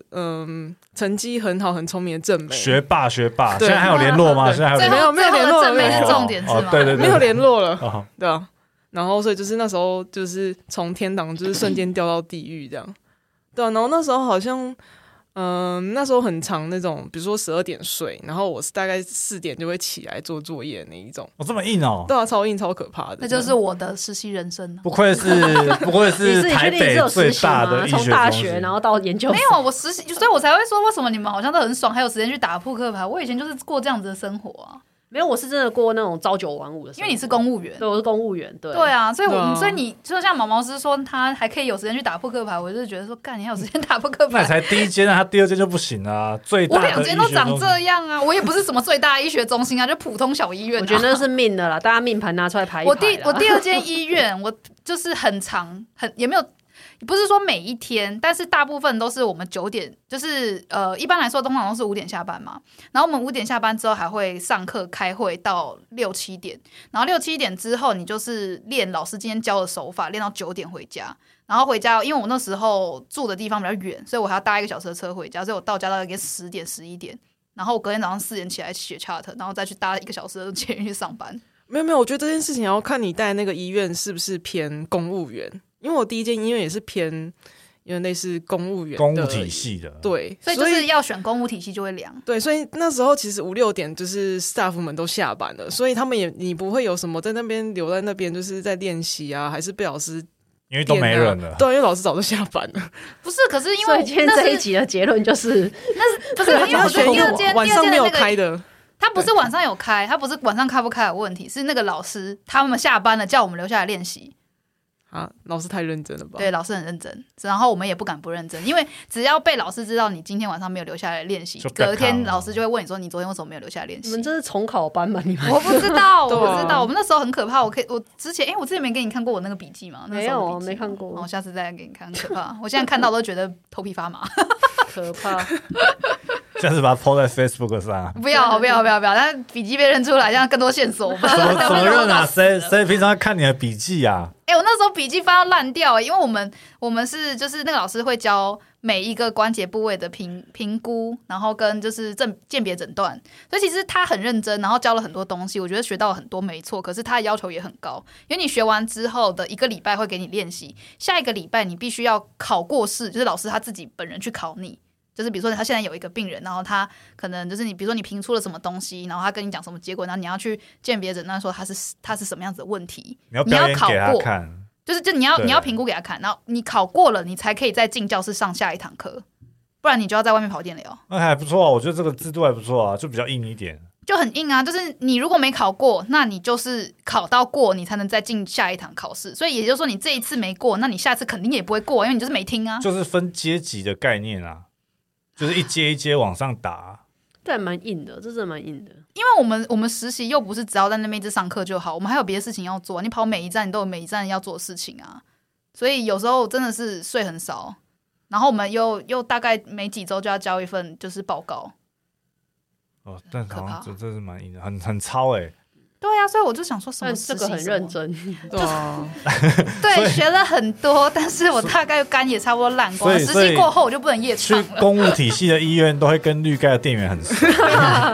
D: 嗯成绩很好很聪明的正妹，
A: 学霸学霸，现
D: 对
A: 在还有联络吗？
D: 对
A: 现在还有
B: 最
A: 联络
B: 后
D: 没有
B: 最后
D: 联
B: 的
D: 络
B: 正
D: 没
B: 妹
D: 有
B: 是重点是
A: 哦
B: 吗？
A: 对对对，
D: 没有联络了，
A: 哦
D: 对啊。然后所以就是那时候就是从天堂就是瞬间掉到地狱这样，对啊。然后那时候好像嗯、那时候很长那种，比如说十二点睡，然后我是大概四点就会起来做作业那一种，
A: 哦，这么硬哦，
D: 对啊，超硬超可怕的，
B: 那就是我的实习人生啊
A: 不愧是不愧
C: 你
A: 是
C: 自己
A: 台
C: 确定你是
A: 北
C: 有
A: 最
C: 实习
A: 大
C: 吗
A: 的？医
C: 从大
A: 中心
C: 学然后到研究所
B: 没，有，啊我实习，所以我才会说为什么你们好像都很爽，还有时间去打扑克牌。我以前就是过这样子的生活啊，
C: 没有，我是真的过那种朝九晚五的生活，
B: 因为你是公务员。
C: 对，我是公务员，对
B: 对
C: 啊，
B: 啊，所以我、
D: 对啊
B: 所以你就像毛毛师说，他还可以有时间去打扑克牌，我就是觉得说，干，你还有时间打扑克
A: 那
B: 牌？
A: 才第一间啊，他第二间就不行啊，最
B: 我
A: 大的
B: 两间都
A: 医学
B: 长
A: 中心
B: 这样啊，我也不是什么最大医学中心啊，就普通小医院、啊。
C: 我觉得那是命的啦，大家命盘拿出来排一排
B: 我
C: 啦。
B: 第我第二间医院，我就是很长，很也没有，不是说每一天，但是大部分都是我们九点，就是呃，一般来说通常都是五点下班嘛。然后我们五点下班之后还会上课开会到六七点，然后六七点之后你就是练老师今天教的手法，练到九点回家。然后回家，因为我那时候住的地方比较远，所以我还要搭一个小时的车回家，所以我到家大概十点十一点。然后我隔天早上四点起来写 chart，然后再去搭一个小时的捷运去上班。
D: 没有没有，我觉得这件事情要看你带那个医院是不是偏公务员，因为我第一间医院也是偏有点类似公务员
A: 公务
D: 的
A: 体，系的，
D: 对，
B: 所以就是要选公务体系就会凉。
D: 对，所以那时候其实五六点就是 staff 们都下班了，所以他们也你不会有什么在那边留在那边就是在练习啊，还是被老师
A: 因为都没
D: 电啊
A: 人了。
D: 对，因为老师早就下班了。
B: 不是，可是因
C: 所
B: 为
C: 以今天
B: 那
C: 这一
B: 是
C: 集的结论就是，
B: 不 是因为我觉 得第二间
D: 晚
B: 第二
D: 上
B: 间的
D: 没有
B: 那
D: 开
B: 个，
D: 的，
B: 他不是晚上有开，他不是晚上开不开的问题，是那个老师他们下班了叫我们留下来练习。
D: 啊，老师太认真了吧？
B: 对，老师很认真，然后我们也不敢不认真，因为只要被老师知道你今天晚上没有留下来练习
A: 就，更
B: 隔
A: 扛
B: 天
A: 了
B: 老师就会问你说你昨天为什么没有留下来练
C: 你
B: 习
C: 们。这是重考班吧？你们
B: 我不知道，我
D: 对啊
B: 不知道，我们那时候很可怕。我可以，我之前，哎、我之前没给你看过我那个笔记吗？那时候的笔记哦
C: 没有没看过
B: 我下次再给你看，很可怕。我现在看到都觉得头皮发麻。
C: 可怕。
A: 下次把它 PO 在 Facebook 上啊。
B: 不要不要不要不要，但是笔记被认出来，这样更多线索。我们
A: 怎 么怎么认啊？谁
B: 哎、
A: 谁平常看你的笔记啊？
B: 我那时候笔记翻到烂掉、欸因为我们我们是就是那个老师会教每一个关节部位的评评估，然后跟就是鉴鉴别诊断，所以其实他很认真，然后教了很多东西，我觉得学到了很多没错，可是他的要求也很高，因为你学完之后的一个礼拜会给你练习，下一个礼拜你必须要考过试，就是老师他自己本人去考你。就是比如说他现在有一个病人，然后他可能就是你，比如说你评出了什么东西，然后他跟你讲什么结果，然后你要去鉴别诊断说他是他是什么样子的问题，
A: 你要表演
B: 考
A: 给他
B: 过，
A: 看，
B: 就是就你要
A: 对
B: 你要评估给他看，然后你考过了，你才可以再进教室上下一堂课，不然你就要在外面跑电疗，
A: 那还不错啊。我觉得这个制度还不错啊，就比较硬一点。
B: 就很硬啊。就是你如果没考过，那你就是考到过，你才能再进下一堂考试。所以也就是说，你这一次没过，那你下次肯定也不会过，因为你就是没听啊。
A: 就是分阶级的概念啊，就是一阶一阶往上打。
C: 这还蛮硬的，这真的蛮硬的。
B: 因为我们我们实习又不是只要在那边一直上课就好，我们还有别的事情要做。你跑每一站，你都有每一站要做的事情啊。所以有时候真的是睡很少，然后我们又又大概每几周就要交一份就是报告。
A: 哦，但
B: 可
A: 好
B: 怕
A: 像这这是蛮硬的，很很超哎、
B: 对啊，所以我就想说什么
C: 但
B: 实习
C: 这个很
B: 什么
C: 认，真，
D: 对啊，
B: 对，学了很多，但是我大概肝也差不多烂光了。
A: 所以
B: 实
A: 所以
B: 习过后我就不能夜
A: 去
B: 唱了。
A: 公务体系的医院都会跟绿盖的店员很熟，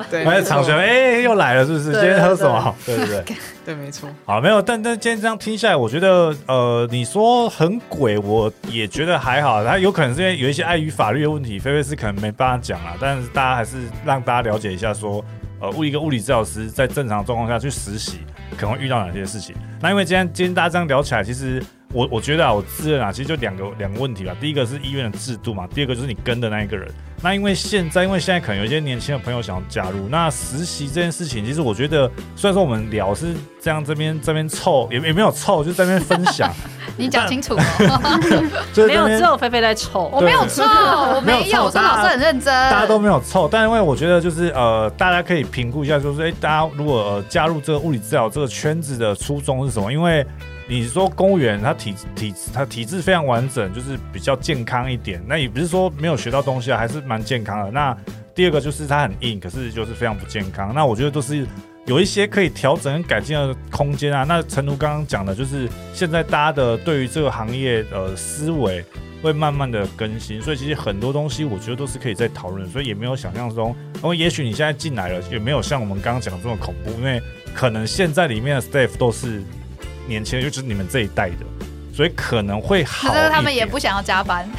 D: 对，
A: 还
D: 没
A: 有常学，
D: 错，
A: 哎、又来了是不是？今
C: 对
A: 天喝什么？对对对，
D: 对，没错，
A: 好，啊没有，但但今天这样听下来，我觉得呃，你说很鬼，我也觉得还好。他有可能是因为有一些碍于法律的问题，菲菲是可能没办法讲啦，但是大家还是让大家了解一下说。呃，物一个物理治疗师在正常状况下去实习，可能会遇到哪些事情？那因为今天今天大家这样聊起来，其实我我觉得啊，我自认啊，其实就两个两个问题吧。第一个是医院的制度嘛，第二个就是你跟的那一个人。那因为现在，因为现在可能有一些年轻的朋友想要加入，那实习这件事情，其实我觉得，虽然说我们聊是这样这边这边凑，也也没有凑，就在那边分 享，
B: 你讲 清楚哦，
A: 就是在
C: 没
A: 那
C: 有
A: 边
C: 只有菲菲在丑
B: 我。没有错，我
A: 没有
B: 没有，
A: 错
B: 我真的
A: 大家
B: 老师很认真。
A: 大家都没有凑，但因为我觉得就是呃，大家可以评估一下，就是哎、诶大家如果、呃、加入这个物理治疗这个圈子的初衷是什么？因为你说公务员他体体他体质非常完整，就是比较健康一点，那也不是说没有学到东西啊，还是蛮健康的。那第二个就是它很硬，可是就是非常不健康。那我觉得都是有一些可以调整跟改进的空间啊。那陈如刚刚讲的，就是现在大家的对于这个行业呃思维会慢慢的更新，所以其实很多东西我觉得都是可以再讨论的，所以也没有想象中，因为也许你现在进来了，也没有像我们刚刚讲的这么恐怖，因为可能现在里面的 staff 都是年轻人，就是你们这一代的。所以可能会好一
B: 可
A: 点，
B: 是他们也不想要加班，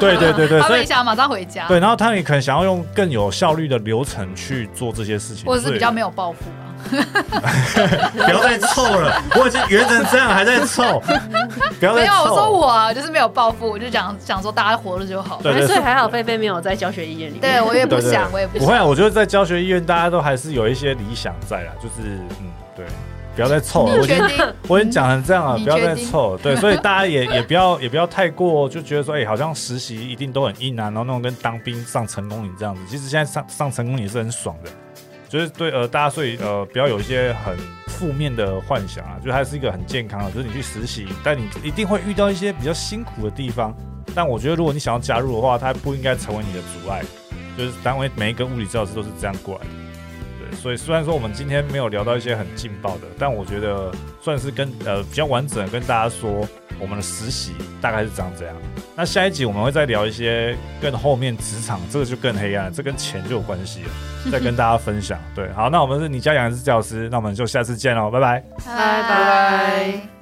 A: 对对对对，
B: 他
A: 所
B: 们
A: 以
B: 也想要马上回家。
A: 对，然后他也可能想要用更有效率的流程去做这些事情，
B: 我是比
A: 对
B: 较没有抱负啊。
E: 不要再凑了，我已经圆成这样还在凑，
A: 不要
B: 没
A: 再
B: 有，我说
A: 凑。
B: 我啊，就是没有抱负，我就讲想说大家活着就好。
A: 对对
C: 所以还好菲菲没有在教学意见里面。
B: 对我也不
A: 对对
B: 想，
A: 对
B: 我也不
A: 不
B: 想。
A: 会啊，我觉得在教学医院，大家都还是有一些理想在啦，就是嗯，对，不要再凑了。
B: 你
A: 我已经
B: 决定，
A: 我已经讲成这样了，啊
B: 你
A: 不要再
B: 决定
A: 凑。对，所以大家也也 不要也不要太过就觉得说，哎、好像实习一定都很硬啊，然后那种跟当兵上成功营这样子。其实现在上上成功营是很爽的，就是对呃大家所以呃不要有一些很负面的幻想啊，就它是一个很健康的，就是你去实习，但你一定会遇到一些比较辛苦的地方。但我觉得如果你想要加入的话，它不应该成为你的阻碍。就是单位每一个物理教师都是这样过来的。对，所以虽然说我们今天没有聊到一些很劲爆的，但我觉得算是跟呃比较完整的跟大家说我们的实习大概是长这样。那下一集我们会再聊一些更后面职场，这个就更黑暗了，这跟钱就有关系了，再跟大家分享。对，好，那我们是你家养的是教师，那我们就下次见喽，拜拜。
B: 拜
C: 拜
B: 拜
C: 拜。